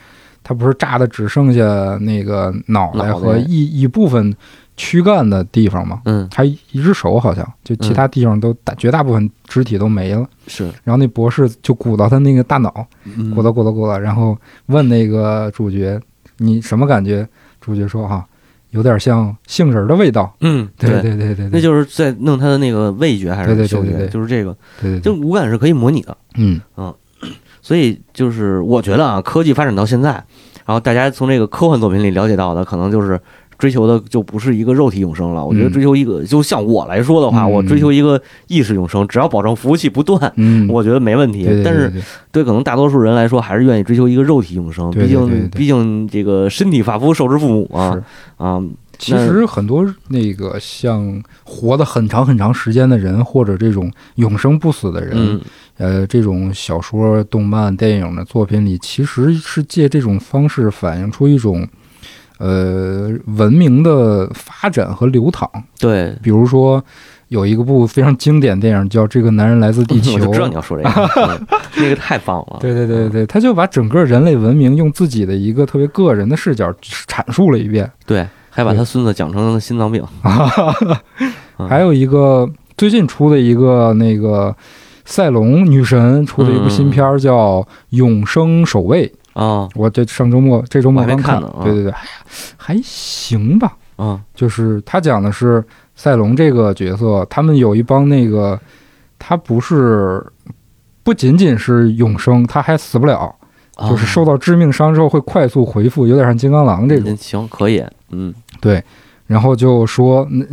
它不是炸的只剩下那个脑袋
脑
和
袋
一一部分躯干的地方嘛，
嗯，
还一只手好像，就其他地方都大、绝大部分肢体都没了。
是
然后那博士就鼓捣他那个大脑，
嗯
鼓捣鼓捣鼓捣，然后问那个主角你什么感觉？主角说啊，有点像杏仁儿的味道。
嗯，
对对对对，
那
对
就是在弄他的那个味觉还
对对
是
对
嗅
对
觉，
对
就是这个，
对对
就
对，
五感是可以模拟的。
嗯
所以就是我觉得啊，科技发展到现在，然后大家从这个科幻作品里了解到的，可能就是追求的就不是一个肉体永生了。我觉得
嗯
追求一个，就像我来说的话，
嗯
我追求一个意识永生，只要保证服务器不断，
嗯，
我觉得没问题
对对。
但
对
是
对
对可能大多数人来说，还是愿意追求一个肉体永生。
对
毕
对对
竟
对对
毕竟这个身体发肤受之父母啊
是
啊，
其实很多那个像活得很长很长时间的人，或者这种永生不死的人，
嗯
呃，这种小说、动漫、电影的作品里，其实是借这种方式反映出一种。呃，文明的发展和流淌，
对，
比如说有一个部非常经典电影叫《这个男人来自地球
我》，就知道你要说这个，嗯那个太棒了。
对对对对对，他就把整个人类文明用自己的一个特别个人的视角阐述了一遍。
对，还把他孙子讲成了心脏病。嗯
还有一个最近出的一个那个赛龙女神出的一部新片儿叫《永生守卫》，
啊
我这上周末这周末
我还
刚
没
看
看呢啊
对对对，哎呀还行吧。
啊
就是他讲的是赛龙这个角色，他们有一帮那个，他不是不仅仅是永生，他还死不了，
啊！
就是受到致命伤之后会快速恢复，有点像金刚狼这种。
嗯行，可以，嗯
对，然后就说那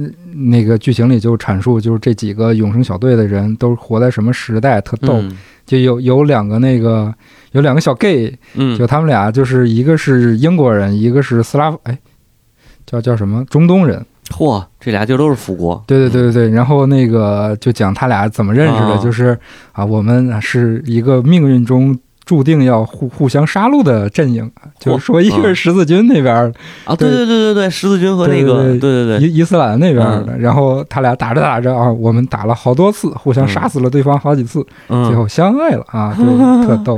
那个剧情里就阐述，就是这几个永生小队的人都活在什么时代，特逗。
嗯
就有有两个那个有两个小 gay，
嗯，
就他们俩就是一个是英国人，一个是斯拉夫，哎，叫叫什么中东人。
嚯，这俩就都是辅国，
对对对对对，然后那个就讲他俩怎么认识的，
嗯啊
就是啊，我们是一个命运中注定要互互相杀戮的阵营，啊就是
哦
说一个是十字军那边儿
啊！对对对对对，十字军和
对
那个，
对
对对嗯对，
伊伊斯兰那边的，然后他俩打着打着啊，我们打了好多次，互相杀死了对方好几次，最
嗯，
后相爱了啊，对，特 逗。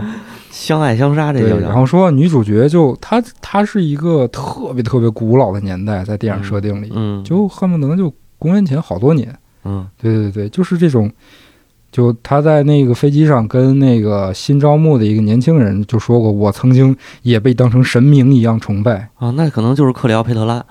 相爱相杀，这
对
就，
然
叫
后说女主角就她她是一个特别特别古老的年代，在电影设定里，
嗯，
就恨不得就公元前好多年。
嗯
对对对，就是这种。就她在那个飞机上跟那个新招募的一个年轻人就说过，我曾经也被当成神明一样崇拜，
啊，那可能就是克里奥佩特拉，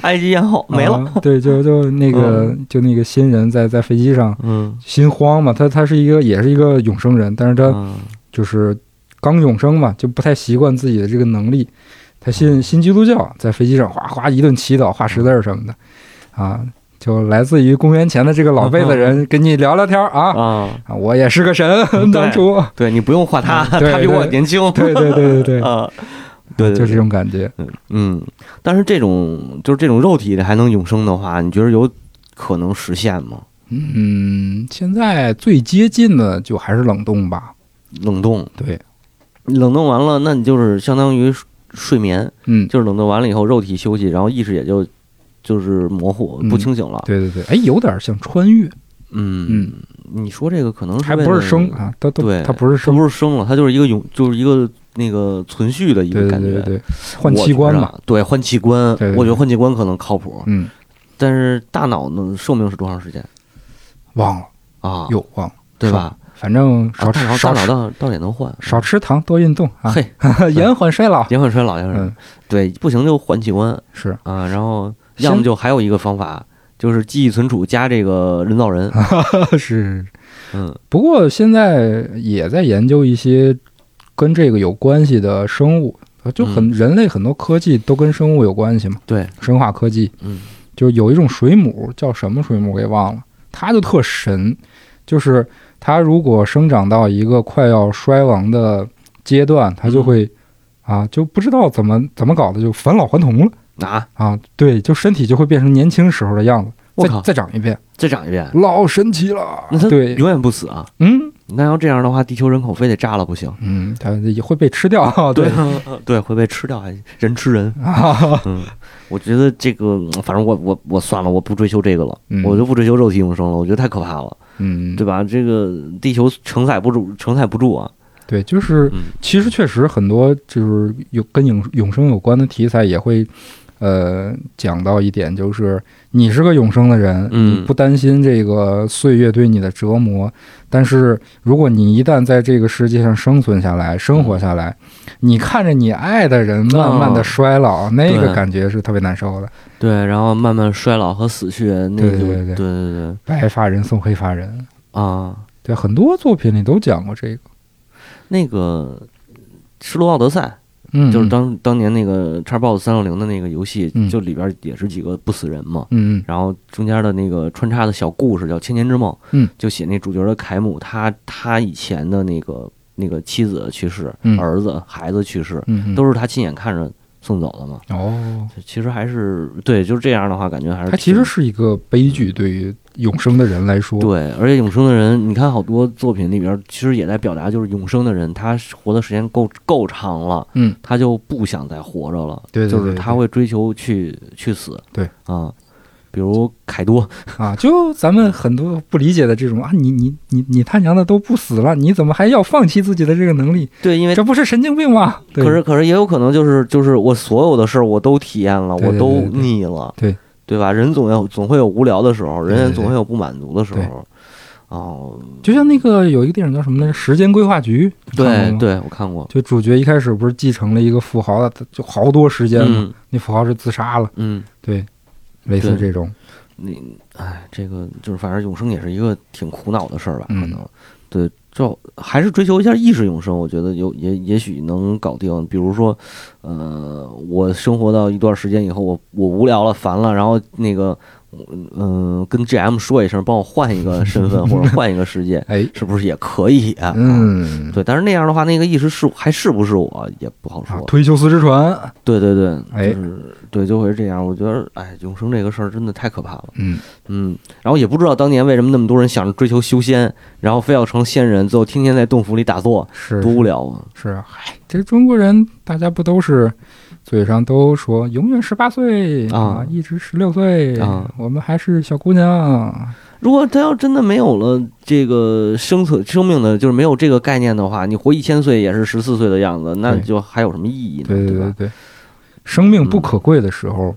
埃及艳后没 了，
啊对，就就那 个、就那个新人在在飞机上
嗯
心慌嘛，他他是一个也是一个永生人，但是他
嗯
就是刚永生嘛，就不太习惯自己的这个能力。他信
嗯
信基督教，在飞机上哗哗一顿祈祷、画十字儿什么的，啊，就来自于公元前的这个老辈子
嗯
人跟你聊聊天儿啊
啊，
啊，我也是个神， 当 初，
嗯对你不用画他，
嗯对
他比我
对
年轻，
对对对对对，
啊，对对，
就
对
这种感觉。
嗯，但是这种就是这种肉体的还能永生的话，你觉得有可能实现吗？
嗯，现在最接近的就还是冷冻吧，
冷冻，
对，
冷冻完了，那你就是相当于睡睡眠，
嗯，
就是冷冻完了以后肉体休息，然后意识也就就是模糊
嗯
不清醒了。
对对对，哎，有点像穿越，
嗯
嗯，
你说这个可能是
还
为
不
了
是生，啊，它都
对，
它不是
它
生，
不是生了，它就是一个永，就是一个那个存续的一
对
个
对
感觉。
对对，换器官
我
嘛
觉，着啊，对，换器官，
对对对
我觉得换器官可能靠谱，
嗯，
但是大脑呢，寿命是多长时间
忘了，
啊？
又忘了，
对吧？
反正
啊
少
大
吃
脑大
少
脑
吃
到到底能换？
少吃糖，多运动啊，
嘿，
延缓衰老。
延缓衰老就是、
嗯，
对，不行就换器官
是，
啊，然后
行
要么就还有一个方法，就是记忆存储加这个人造人，
啊是。
嗯
不过现在也在研究一些跟这个有关系的生物，呃就很
嗯
人类很多科技都跟生物有关系嘛，
对，
生化科技。
嗯
就有一种水母叫什么水母给忘了，它就特神，就是它如果生长到一个快要衰亡的阶段，它就
嗯
会、啊就不知道怎么怎么搞的就返老还童了
啊，
啊，对，就身体就会变成年轻时候的样子，
我
再
靠
再长一遍，
再长一遍，
老神奇了
那它。
对，
永远不死啊！
嗯
那要这样的话，地球人口非得炸了不行，
嗯，它也会被吃掉， 对
啊对 对，会被吃掉，还人吃人。
啊，
嗯，我觉得这个，嗯反正我我我算了，我不追求这个了，
嗯
我就不追求肉体永生了，我觉得太可怕了，
嗯，
对吧？这个地球承载不住，承载不住啊！
对，就是
嗯
其实确实很多就是有跟永永生有关的题材也会，呃，讲到一点，就是你是个永生的人，
嗯
你不担心这个岁月对你的折磨，但是如果你一旦在这个世界上生存下来、生活下来，
嗯
你看着你爱的人慢慢的衰老，那个
对
感觉是特别难受的。
对，然后慢慢衰老和死去，那
对对
就
对对
对对对
白发人送黑发人，
啊，
对，很多作品里都讲过这个，
那个《失落奥德赛》
嗯，
就是当当年那个 Xbox 三六零的那个游戏
嗯，
就里边也是几个不死人嘛。
嗯嗯
然后中间的那个穿插的小故事叫《千年之梦》，
嗯，
就写那主角的凯姆，他他以前的那个那个妻子去世，
嗯
儿子孩子去世，
嗯，嗯
都是他亲眼看着送走的嘛。
哦。
其实还是对，就是这样的话，感觉还是
它其实
挺
是一个悲剧，对于永生的人来说，
嗯对，而且永生的人，你看好多作品里边，其实也在表达，就是永生的人，他活的时间够够长了，
嗯，
他就不想再活着了，
对对
就是
对
他
对
会追求去去死，
对
啊，比如凯多，
啊，就咱们很多不理解的这种啊，你你你你他娘的都不死了，你怎么还要放弃自己的这个能力？
对，因为
这不是神经病吗？对
可是可是也有可能就是就是我所有的事儿我都体验了，
对对
我都
对对
腻了，
对
对吧？人总要总会有无聊的时候，人
对
也
对
总会有不满足的时
对
候，哦，
就像那个有一个电影叫什么来着，《时间规划局》，你看过
对
吗，
对，我看过，
就主角一开始不是继承了一个富豪的，他就好多时间嘛，
嗯
那富豪是自杀了，
嗯。
对，类似
对
这种，
你哎，这个就是反正永生也是一个挺苦恼的事儿吧，可
嗯
能、对，就还是追求一下意识永生，我觉得有也也许能搞定。比如说，呃，我生活到一段时间以后，我我无聊了、烦了，然后那个，嗯、跟 GM 说一声，帮我换 一个身份或者换一个世界，
哎，
是不是也可以、啊？，
嗯，
对，但是那样的话，那个意识是还是不是我也不好说。
啊，推修斯之船，
对对对，
哎
就是对，就会是这样。我觉得，哎，永生这个事儿真的太可怕了。
嗯，
嗯，然后也不知道当年为什么那么多人想着追求修仙，然后非要成仙人，最后天天在洞府里打坐，
是
多无聊啊！
是啊，嗨，这中国人大家不都是嘴上都说永远十八岁
啊
一直十六岁
啊，
我们还是小姑娘。
如果他要真的没有了这个生存生命的，就是没有这个概念的话，你活一千岁也是十四岁的样子，那
对
就还有什么意义呢？
对对对
吧？
对，生命
嗯
不可贵的时候，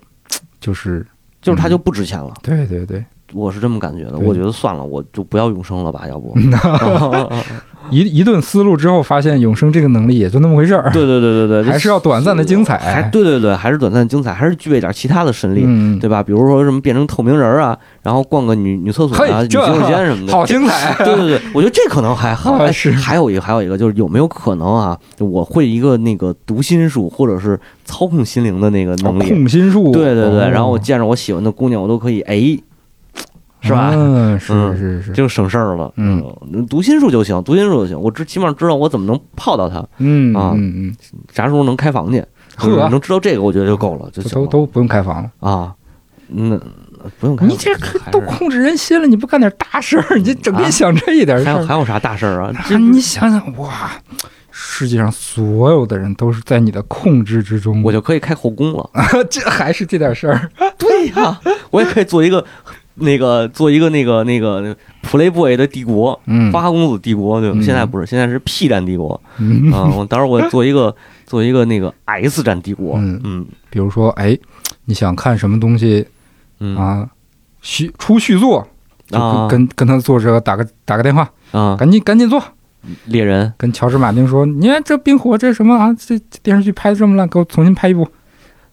就是
就是它就不值钱了，
对对对，
我是这么感觉的。
对
我觉得算了，我就不要永生 了吧，要不？
一一顿思路之后，发现永生这个能力也就那么回事儿。
对对对对对，
还是要短暂的精彩
呃还对对对，还是短暂的精彩，还是具备点其他的神力。
嗯，
对吧？比如说什么变成透明人儿啊，然后逛个女女厕所啊、
嘿，
女洗
这
手间什么的，
好精彩。
对对对，我觉得这可能还好。
啊
哎
是
还有一个，还有一个就是有没有可能啊？就我会一个那个读心术，或者是操控心灵的那个能力。
哦控心术，
对对对，
哦
然后我见着我喜欢的姑娘，我都可以哎，是吧？
嗯，是
嗯
是是，
就省事儿了。
嗯，
读心术就行，读心术就行。我知起码知道我怎么能泡到她，
嗯
啊
嗯嗯，
啥时候能开房去，就是
呵
能知道这个，我觉得就够了，就行
都
了。
都不用开房了。
啊，那不用开。
你这可都
还是
控制人心了，你不干点大事儿，你这整天
啊
想这一点事
还有
儿，
还有啥大事儿啊？
啊你想想哇，世界上所有的人都是在你的控制之中，
我就可以开后宫了。
这还是这点事儿，
对呀、 我也可以做一个那个做一个那个那个那个 Playboy 的帝国，
嗯
花花公子帝国。对吧，
嗯
现在不是，现在是 P 战帝国
嗯，
啊。我到时候我做一个做一个那个 S 战帝国。
嗯
嗯
比如说，哎，你想看什么东西
嗯
啊？续出续作，就
啊
跟跟他作者打个打个电话，
啊！
赶紧赶紧做。
猎人
跟乔治马丁说，你看这冰火这什么啊？这这电视剧拍的这么烂，给我重新拍一部。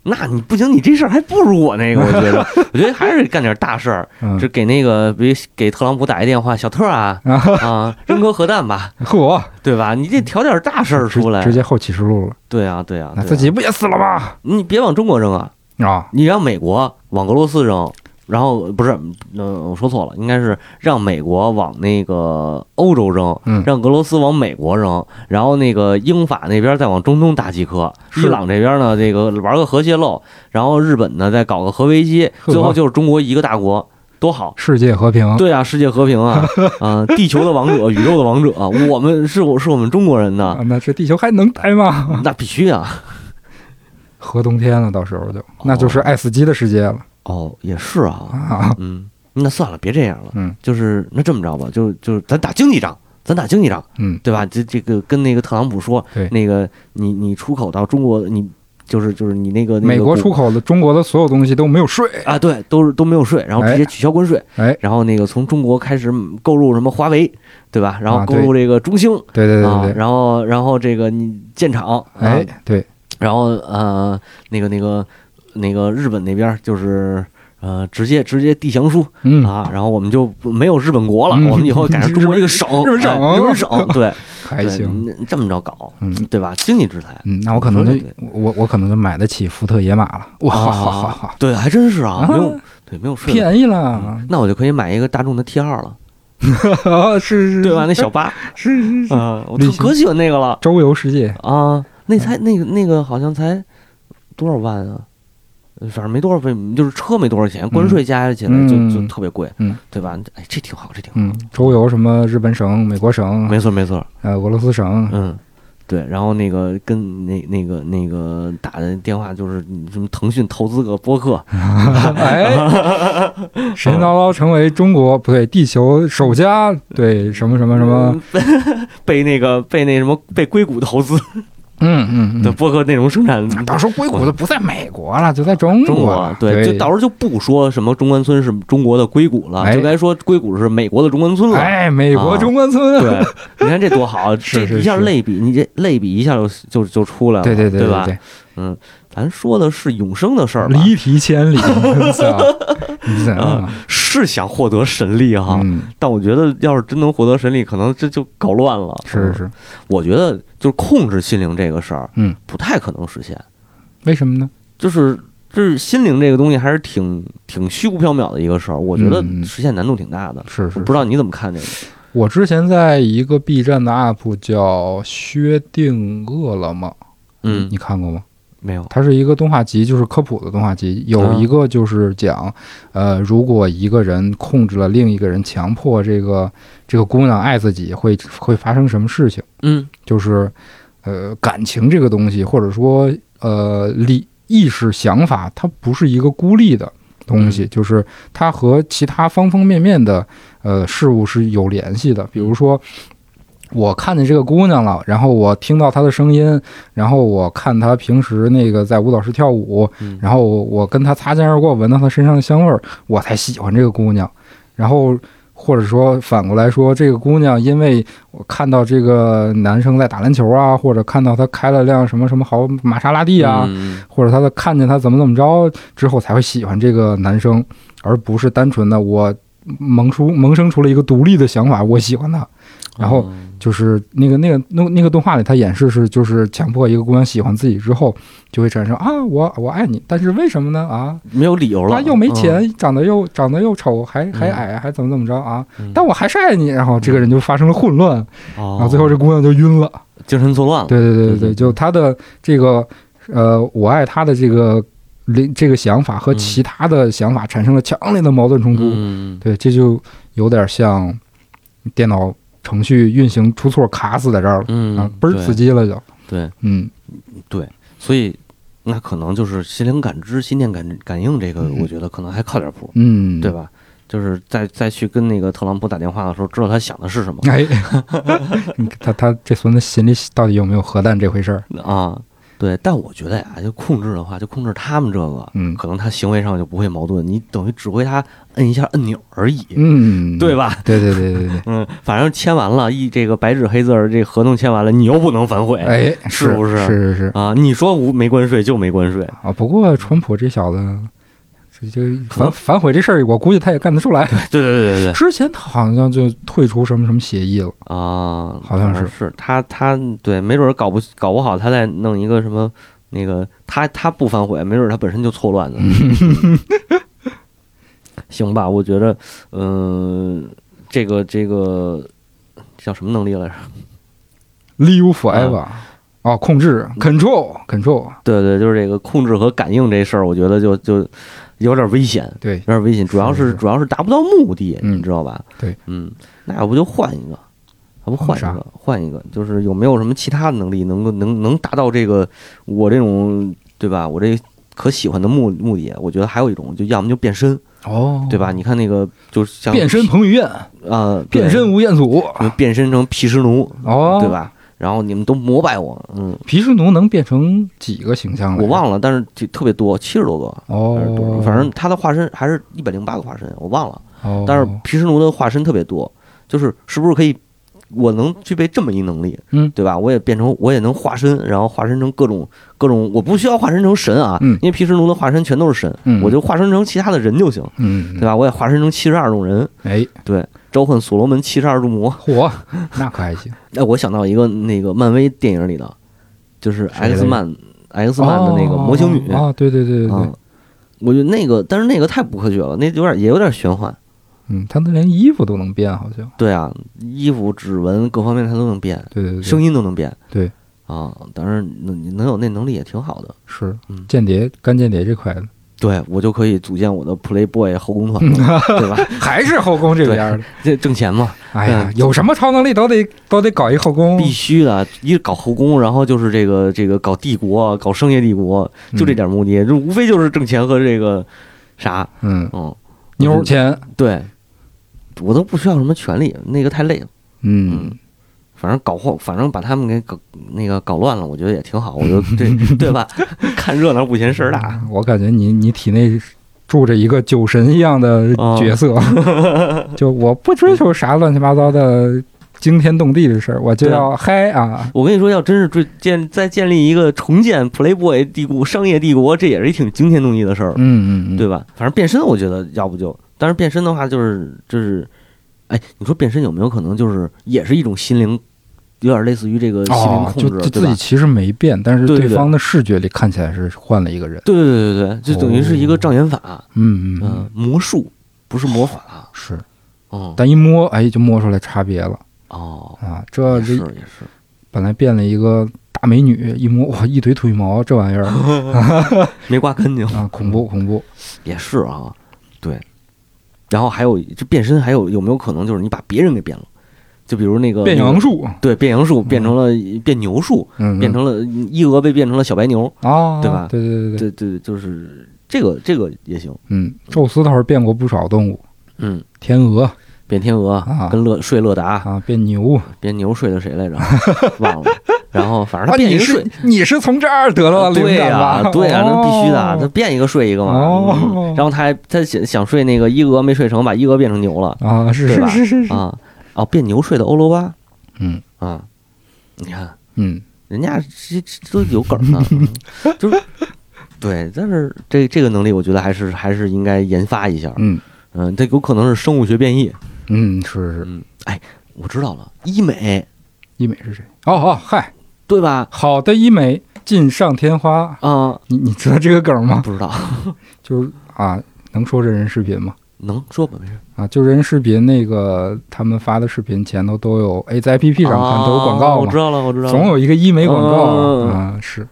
那你不行，你这事儿还不如我那个，我觉 得，我觉得还是干点大事儿，
嗯
就，给那个，比如给特朗普打一电话，小特啊啊，扔颗核弹吧，
嚯，
对吧？你得挑点大事儿
直
出来
直。接后启示录了，
对啊，对啊，
那
对啊
自己不也死了吗？
你别往中国扔啊，
啊，
你让美国往俄罗斯扔，然后不是，嗯，我说错了，应该是让美国往那个欧洲扔，
嗯
让俄罗斯往美国扔，然后那个英法那边再往中东打几颗，
是
伊朗这边呢，这个玩个核泄漏，然后日本呢再搞个核危机，
呵
最后就是中国一个大国，多好。
世界和平。
对啊，世界和平 啊，啊、地球的王者，宇宙的王者，我们是我是我们中国人 呐，
啊，那这地球还能待吗？
那必须啊。
核冬天了，到时候就那就是爱死机的世界了
哦，也是啊，
啊！
嗯，那算了，别这样了。
嗯，
就是那这么着吧，就就是咱打经济仗，咱打经济仗，
嗯，
对吧？这这个跟那个特朗普说
对，
那个你你出口到中国，你就是就是你那个、那个、
美国出口的中国的所有东西都没有税，
啊，对，都是都没有税，然后直接取消关税，
哎，
然后那个从中国开始购入什么华为，对吧？然后
啊
购
对
入这个中兴
对对
啊
对对，
然后然后这个你建厂，啊
哎，对，
然后呃，那个那个那个日本那边儿就是呃，直接直接递降书
嗯，
啊，然后我们就不没有日本国了，
嗯
我们以后改成中国这个省，
日本省
哎日 本省，对，
还
对
行，，
你这么着搞，
嗯
对吧？经济制裁，
嗯，那我可能就
你说的
我我可能就买得起福特野马了， 哇，
啊
哈哈哈哈，
对，还真是啊，
啊
没有对没有税的，
便宜 了，
那我就可以买一个大众的 T 二了，
是是，
对吧？ 那小 八
是是是，
啊，我特
旅行
可喜欢那个了
嗯周游世界，
啊，那才那个那个好像才多少万啊？呃反正没多少费，就是车没多少钱，关税加起来就
嗯
就特别贵，
嗯
对吧？哎，这挺好，这挺好。
嗯，周游什么日本省、美国省、
没错没错，
呃俄罗斯省，
嗯，对。然后那个跟那那个那个打的电话就是你什么腾讯投资个播客，
哎，神叨叨成为中国不对地球首家，对什么什么什么，
嗯被那个被那什么被硅谷投资
嗯嗯
的
嗯，
播客内容生产。
到时候硅谷的不在美国了，就在中
中
国啊了
国，对，就到时候就不说什么中关村是中国的硅谷了，
哎
就该说硅谷是美国的中关村了。
哎，美国中关村，
啊对，你看这多好，
是
这
是
一下
是
类比，你这类比一下就就就出来了，
对对对
吧？
对，
咱说的是永生的事儿吧？
离题千里，操 你怎么
啊是想获得神力哈、
嗯，
但我觉得，要是真能获得神力，可能这就搞乱了。
是，是，
我觉得就是控制心灵这个事儿，
嗯，
不太可能实现。
为什么呢？
就是就是心灵这个东西还是挺挺虚无缥缈的一个事儿，我觉得
嗯嗯
实现难度挺大的。
是
我
是
不，知道你怎么看这个？
我之前在一个 B 站的 UP 叫薛定谔了吗？
嗯
你，看过吗？
没有，
它是一个动画集，就是科普的动画集。有
啊
一个就是讲，呃，如果一个人控制了另一个人，强迫这个这个姑娘爱自己，会会发生什么事情？
嗯
就是，呃，感情这个东西，或者说呃理意识想法，它不是一个孤立的东西，
嗯
就是它和其他方方面面的呃事物是有联系的。比如说，我看见这个姑娘了，然后我听到她的声音，然后我看她平时那个在舞蹈室跳舞，
嗯
然后我跟她擦肩而过，闻到她身上的香味儿，我才喜欢这个姑娘。然后或者说反过来说，这个姑娘因为我看到这个男生在打篮球啊，或者看到他开了辆什么什么好玛莎拉蒂啊，
嗯
或者他在看见他怎么怎么着之后才会喜欢这个男生，而不是单纯的我萌出萌生出了一个独立的想法，我喜欢他。然后
嗯
就是那个那个那那个动画里，他演示是就是强迫一个姑娘喜欢自己之后，就会产生啊我我爱你，但是为什么呢啊？
没有理由了，
他又没
嗯，
钱，长得又长得又丑，还还
嗯
矮，还怎么怎么着啊？
嗯
但我还是爱你。然后这个人就发生了混乱，然
哦
后最后这姑娘就晕了。
精神错乱了，
对对对
哦对
对
对
对，就他的这个呃，我爱他的这个灵这个想法和
嗯
其他的想法产生了强烈的矛盾冲突。
嗯，
对，这就有点像电脑程序运行出错卡死在这儿了、
嗯
啊，倍儿
对
刺激了就。
对，
嗯，
所以那可能就是心灵感知、心电感感应这个，
嗯
我觉得可能还靠点谱，
嗯，
对？吧？就是再再去跟那个特朗普打电话的时候，知道他想的是什么
哎，你看他他这孙子心里到底有没有核弹这回事儿？
啊？对，但我觉得呀，就控制的话，就控制他们这个，
嗯
可能他行为上就不会矛盾，你等于指挥他摁一下按钮而已，
嗯，
对？吧？
对对对对 对，
嗯，反正签完了，一这个白纸黑字儿，这合同签完了，你又不能反悔，
哎，
是不是
是是是
啊！你说无没关税就没关税，
啊，不过川普这小子，这这反反悔这事儿，我估计他也干得出来。
对对对对对
之前他好像就退出什么什么协议了，
啊，
好像是
是他他对，没准儿搞不搞不好，他再弄一个什么那个，他他不反悔，没准儿他本身就错乱 了。行吧，我觉着，嗯、这个这个叫什么能力来着？
利 i 福 v
啊
吧，哦，控制 control control，
对对，就是这个控制和感应这事儿，我觉得就就有点危险，
对
有，点危险，主要
是
是
是
主要是达不到目的，
嗯
你知道吧？
对，
嗯，那要不就换一个，要不换一
换
个，换一个，就是有没有什么其他的能力能够能能达到这个我这种对吧？我这可喜欢的目目的，我觉得还有一种，就要么就变身，
哦，
对吧？你看那个就是像
变身彭于晏，
啊，对
变身吴彦祖，
你们变身成毗湿奴，
哦，
对？吧？然后你们都膜拜我，嗯，
毗湿奴能变成几个形象来着？
我忘了，但是就特别多，七十多个。还是多
哎哦
少，反正他的化身还是一百零八个化身，我忘了。
哦，
但是毗湿奴的化身特别多，就是是不是可以，我能具备这么一能力，
嗯
对吧？我也变成我也能化身，然后化身成各种各种，我不需要化身成神啊，
嗯
因为毗湿奴的化身全都是神，
嗯
我就化身成其他的人就行，
嗯，
对吧？我也化身成七十二种人，
哎，
对，召唤所罗门七十二柱魔。
嚯，那可还 行，
哎，我想到一个那个漫威电影里的，就是
谁来
X
着
曼 X 曼的那个魔形女
哦哦哦啊，对对对对对
啊，，我觉得那个，但是那个太不科学了，那有点也有点玄幻。
嗯，他那连衣服都能变，好像，
对啊，衣服、指纹各方面它都能变，
对对对，
声
音
音都能变。
对
啊，当然能你能有那能力也挺好的。
是
嗯
间谍干间谍这块的，
对我就可以组建我的 Playboy 后宫 团了，对吧？
还是后宫这
对
边的，
这挣钱嘛，
哎呀，
嗯
有什么超能力都得都得搞一后宫，
必须的。一搞后宫，然后就是这个这个搞帝国，搞商业帝国，就这点目的，就无非就是挣钱和这个啥，
嗯，
嗯，
妞儿钱，
对，我都不需要什么权利，那个太累了。
嗯，
反正搞混，反正把他们给搞那个搞乱了，我觉得也挺好。我就这 对吧？ 看热闹不嫌事儿大。
嗯我感觉你你体内住着一个酒神一样的
嗯
角 色，就我不追求啥乱七八糟的惊天动地的事儿，我就要嗨啊！
我跟你说，要真是追建再建立一个重建 Playboy 帝国、商业帝国，这也是一挺惊天动地的事儿，
嗯嗯嗯，
对吧？反正变身，我觉得要不就，但是变身的话，就是就是，哎，你说变身有没有可能就是也是一种心灵，有点类似于这个心灵
哦，
控
就
制，
就
对
自己
吧？
其实没变，但是
对对
对
对
方的视觉里看起来是换了一个人。
对对对对对，就等于是一个障眼法，
嗯嗯
嗯
嗯，，
魔术不是魔法，
是，
嗯，
但一摸，哎，就摸出来差别了
哦，
啊！这
也是
这
也是，
本来变了一个大美女，一摸哇，一堆腿毛，这 玩意儿
没刮干净，
啊，恐怖恐怖！
也是啊，对。然后还有这变身，还有有没有可能就是你把别人给变了？就比如那个
变
那个
杨树，
对，变杨树变成了变牛树，
嗯，嗯
变成了一鹅被变成了小白牛，
啊，
对吧
对对对对，
对对，就是这个这个也行，
嗯，宙斯倒是变过不少动物，
嗯，
天鹅
变天鹅
啊
跟乐睡乐达，
啊，变牛
变牛睡的谁来着？忘了。然 后反正
啊，
他变一
你
个睡
是，你是从这儿得到
啊
的
对
灵
呀、
感吧？
对呀、那必须的，啊他
哦
变一个睡一个嘛。
哦
嗯然后他还他想想睡那个一鹅没睡成，把一鹅变成牛了
啊，是
对
是
吧
是是是，
啊哦，变牛睡的欧罗巴，
嗯
啊，你看
嗯，
人家这这都有梗呢，嗯 就是对，但是这这个能力，我觉得还是还是应该研发一下。
嗯
嗯，这有可能是生物学变异。
嗯，是是，
嗯，哎，我知道了，医美
医美是谁？哦哦，嗨，
对吧？
好的医美锦上添花，
啊，
你你知道这个梗吗？
不知道，
就是啊，能说真人视频吗？
能说吧？没事。
啊，就人视频那个他们发的视频前头都有，哎，在 APP 上看都有广
啊
告
我知
嘛，
道了，我知道了。
总有一个医美广告
嗯嗯嗯
啊，啊是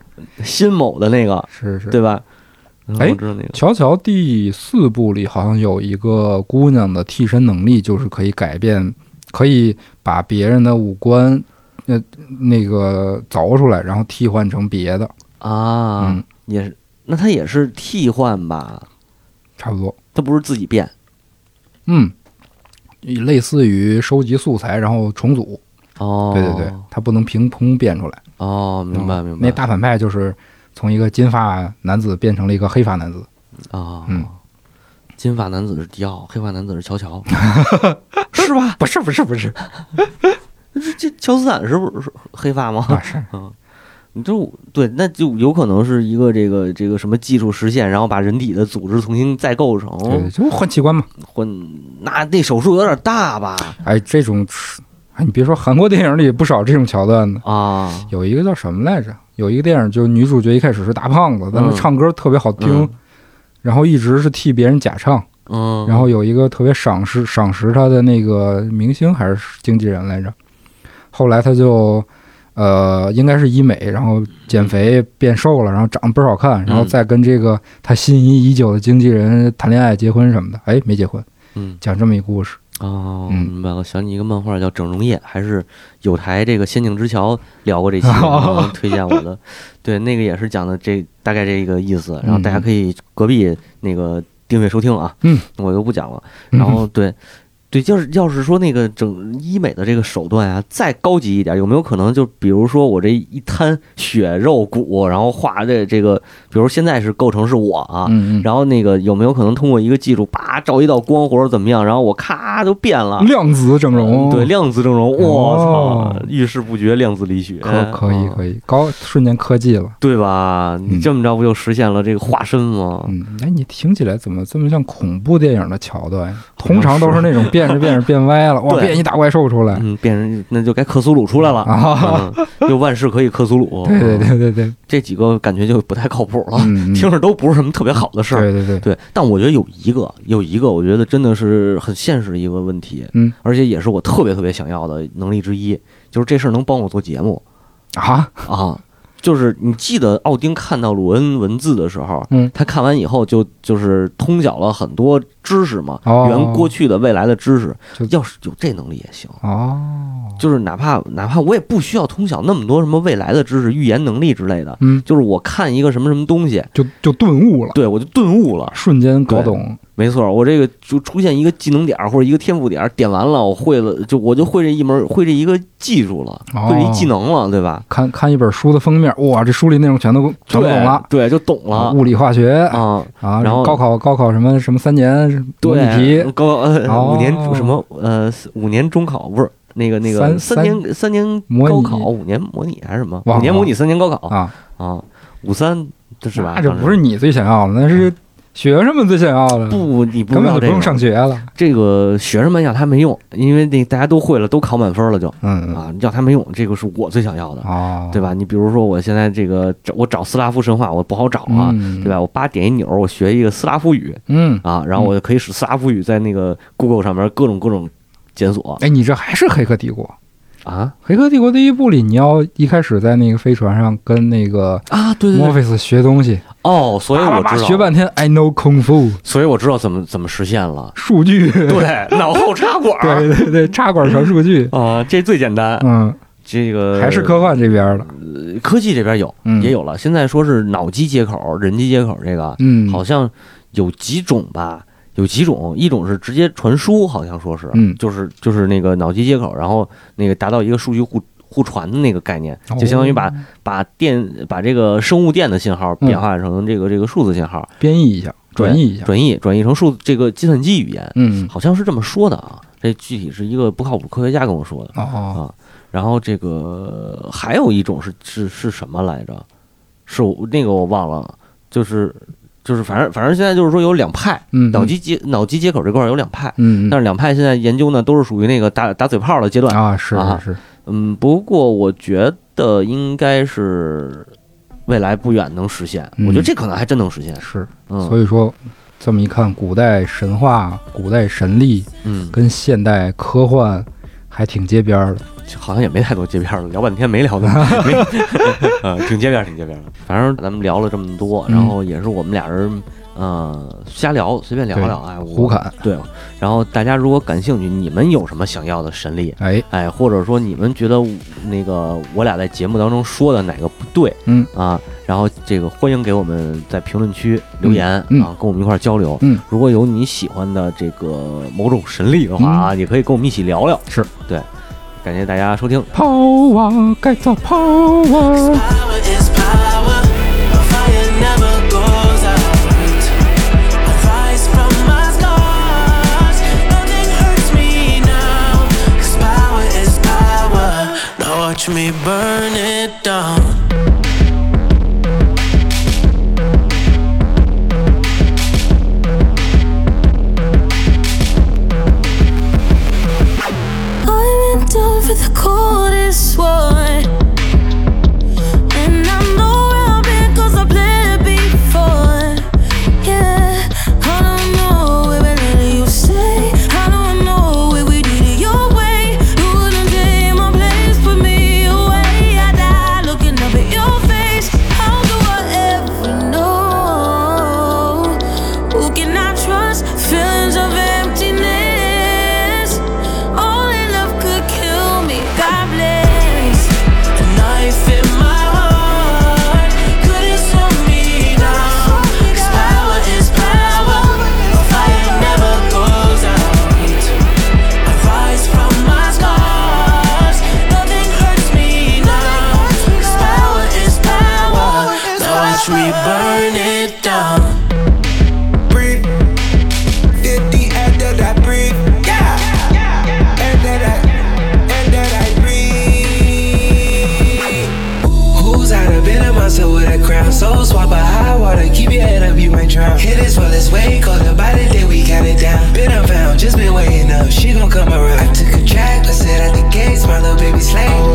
新某的那个，
是是，
对吧？嗯
哎
我知道那个。
乔乔第四部里好像有一个姑娘的替身能力，就是可以改变，可以把别人的五官，呃，那个凿出来，然后替换成别的，
啊，
嗯
也是，那他也是替换吧？
差不多，
他不是自己变
嗯，类似于收集素材然后重组，
哦？
对对对，它不能凭空变出来。
哦，明白
嗯
明白。
那大反派就是从一个金发男子变成了一个黑发男子，
啊，
嗯
金发男子是迪奥，黑发男子是 乔乔，是吧？
不是不是不是，
这这乔斯坦是不是黑发吗？
啊是，
你这我对，那就有可能是一个这个这个什么技术实现，然后把人体的组织重新再构
对，
成，
就换器官嘛。
或那那手术有点大吧？
哎，这种，哎，你别说韩国电影里也不少这种桥段呢。
啊，
有一个叫什么来着？有一个电影，就是女主角一开始是大胖子，但
嗯
是唱歌特别好听，
嗯
然后一直是替别人假唱，
嗯，
然后有一个特别赏识赏识她的那个明星还是经纪人来着，后来她就。呃，应该是医美，然后减肥变瘦了，然后长得倍儿好看，然后
嗯
再跟这个她心仪已久的经纪人谈恋爱、结婚什么的。哎，没结婚，
嗯
讲这么一故事。
哦，
嗯
明白了，想起一个漫画叫《整容夜》，还是有台这个《仙境之桥》聊过这期，然后推荐我的，对，那个也是讲的这大概这个意思，然后大家可以隔壁那个订阅收听啊，
嗯，
我就不讲了。然后对，对，就是要是说那个整医美的这个手段啊，再高级一点，有没有可能就比如说我这一摊血肉骨，然后画这这个，比如现在是构成是我啊，
嗯，
然后那个有没有可能通过一个技术，叭照一道光或者怎么样，然后我咔就变了
嗯，量子整容，
啊呃对，量子整容，我操
哦，
遇事不决，量子呃啊力学，
可可以
以，
可以，高瞬间科技了。
对吧？你这么着不就实现了这个化身吗？
嗯，哎，你听起来怎么这么像恐怖电影的桥段？通常都是那种变着变着变歪 了，哇，
对
变一大怪兽出来
嗯，变成那就该克苏鲁出来了，
啊！
嗯就万事可以克苏鲁。
对对
嗯，
对对对，
这几个感觉就不太靠谱了，
嗯，嗯
听着都不是什么特别好的事儿。
对对对，
对，但我觉得有一个，有一个，我觉得真的是很现实的一个问题，
嗯，
而且也是我特别特别想要的能力之一，就是这事儿能帮我做节目
啊，
啊。就是你记得奥丁看到鲁恩文字的时候，
嗯，
他看完以后就就是通晓了很多知识嘛，
哦
原过去的、未来的知识
就。
要是有这能力也行，
哦，
就是哪怕哪怕我也不需要通晓那么多什么未来的知识、预言能力之类的，
嗯，
就是我看一个什么什么东西，
就就顿悟了，
对我就顿悟了。
瞬间搞懂，
没错，我这个就出现一个技能点儿或者一个天赋点儿，点完了我会了，就我就会这一门，会这一个技术了，
哦
会这一技能了，对吧？
看看一本书的封面，哇，这书里内容全都全都懂了，
对，对，就懂了
物理化学
啊。
啊，
然后
高考高考什么什么三年模拟
对，
题，
高呃
哦
五年什么呃五年中考不是那个那个
三
三年三年
模拟
高考五年模拟还是什么
忘
五
了
年模拟三年高考
啊，
啊五三这是吧？
那这
当时嗯
不是你最想要的，那是学生们最想要的，
不你不
根本
知
就
道
不
这
用上
个
学了，
这个学生们要他没用，因为那大家都会了，都考满分了就
嗯
啊要他没用，这个是我最想要的。
哦，
对吧？你比如说，我现在这个找我找斯拉夫神话，我不好找啊，
嗯
对吧？我叭点一钮，我学一个斯拉夫语
嗯，
啊，然后我就可以使斯拉夫语在那个 Google 上面各种各种检索
哎，你这还是《黑客帝国》。
啊
《黑客帝国》第一部里，你要一开始在那个飞船上跟那个
啊！对对
墨
对，
菲斯学东西，
哦，所以我
叭叭叭
知
学
道，
半天 I know kung fu。
所以我知道怎么怎么实现了
数据，
对，脑后插管儿
对对对，插管传数据，
啊，这最简单。
嗯，
这个
还是科幻这边的，
科技这边有
嗯
也有了，现在说是脑机接口、人机接口这个，
嗯，
好像有几种吧，有几种，一种是直接传输，好像说是，
嗯
就是就是那个脑机接口，然后那个达到一个数据互互传的那个概念
哦，
就相当于把、把电把这个生物电的信号变化成这个、这个数字信号，
编译一下，转译一下，
转译转译成数这个计算机语言，
嗯，
好像是这么说的啊，这具体是一个不靠谱科学家跟我说的。
哦，
然后这个还有一种是是是什么来着？是我那个我忘了，就是就是反正反正现在就是说有两派，
嗯，
脑机接脑机接口这块儿有两派，
嗯，嗯，嗯
但是两派现在研究呢都是属于那个打打嘴炮的阶段。
啊，是
啊
是是，
嗯，不过我觉得应该是未来不远能实现，
嗯
我觉得这可能还真能实现。
是，
嗯
所以说。这么一看，古代神话、古代神力
嗯，
跟现代科幻还挺接边儿的。
好像也没太多接边儿了，聊半天没 聊那么，没呃，挺接边儿，挺接边儿的。反正咱们聊了这么多，
嗯
然后也是我们俩人，呃，瞎聊，随便聊聊，哎，我
胡。侃，
对，然后大家如果感兴趣，你们有什么想要的神力，
哎，
哎，或者说你们觉得那个我俩在节目当中说的哪个不对，
嗯
啊，然后这个欢迎给我们在评论区留言、
嗯
啊，跟我们一块儿交流。
嗯，
如果有你喜欢的这个某种神力的话啊，也可以跟我们一起聊聊。
嗯是
对，感谢大家收听。
抛啊，该造抛啊。
Power is power. A fire never goes out. I rise from my scars. Nothing hurts me now. 'Cause power is power. Now watch me burn it down.
I'm in love with the coldest one. And I know I'll be cause I played it before. Yeah, I don't know where we let you stay. I don't know where we did it your way. You wouldn't take my place, put me away. I die looking
lost weight, called her by the day we got it down. Been unfound, just been waiting up, she gon' come around. I took a track, I said at the gates, my little baby slave.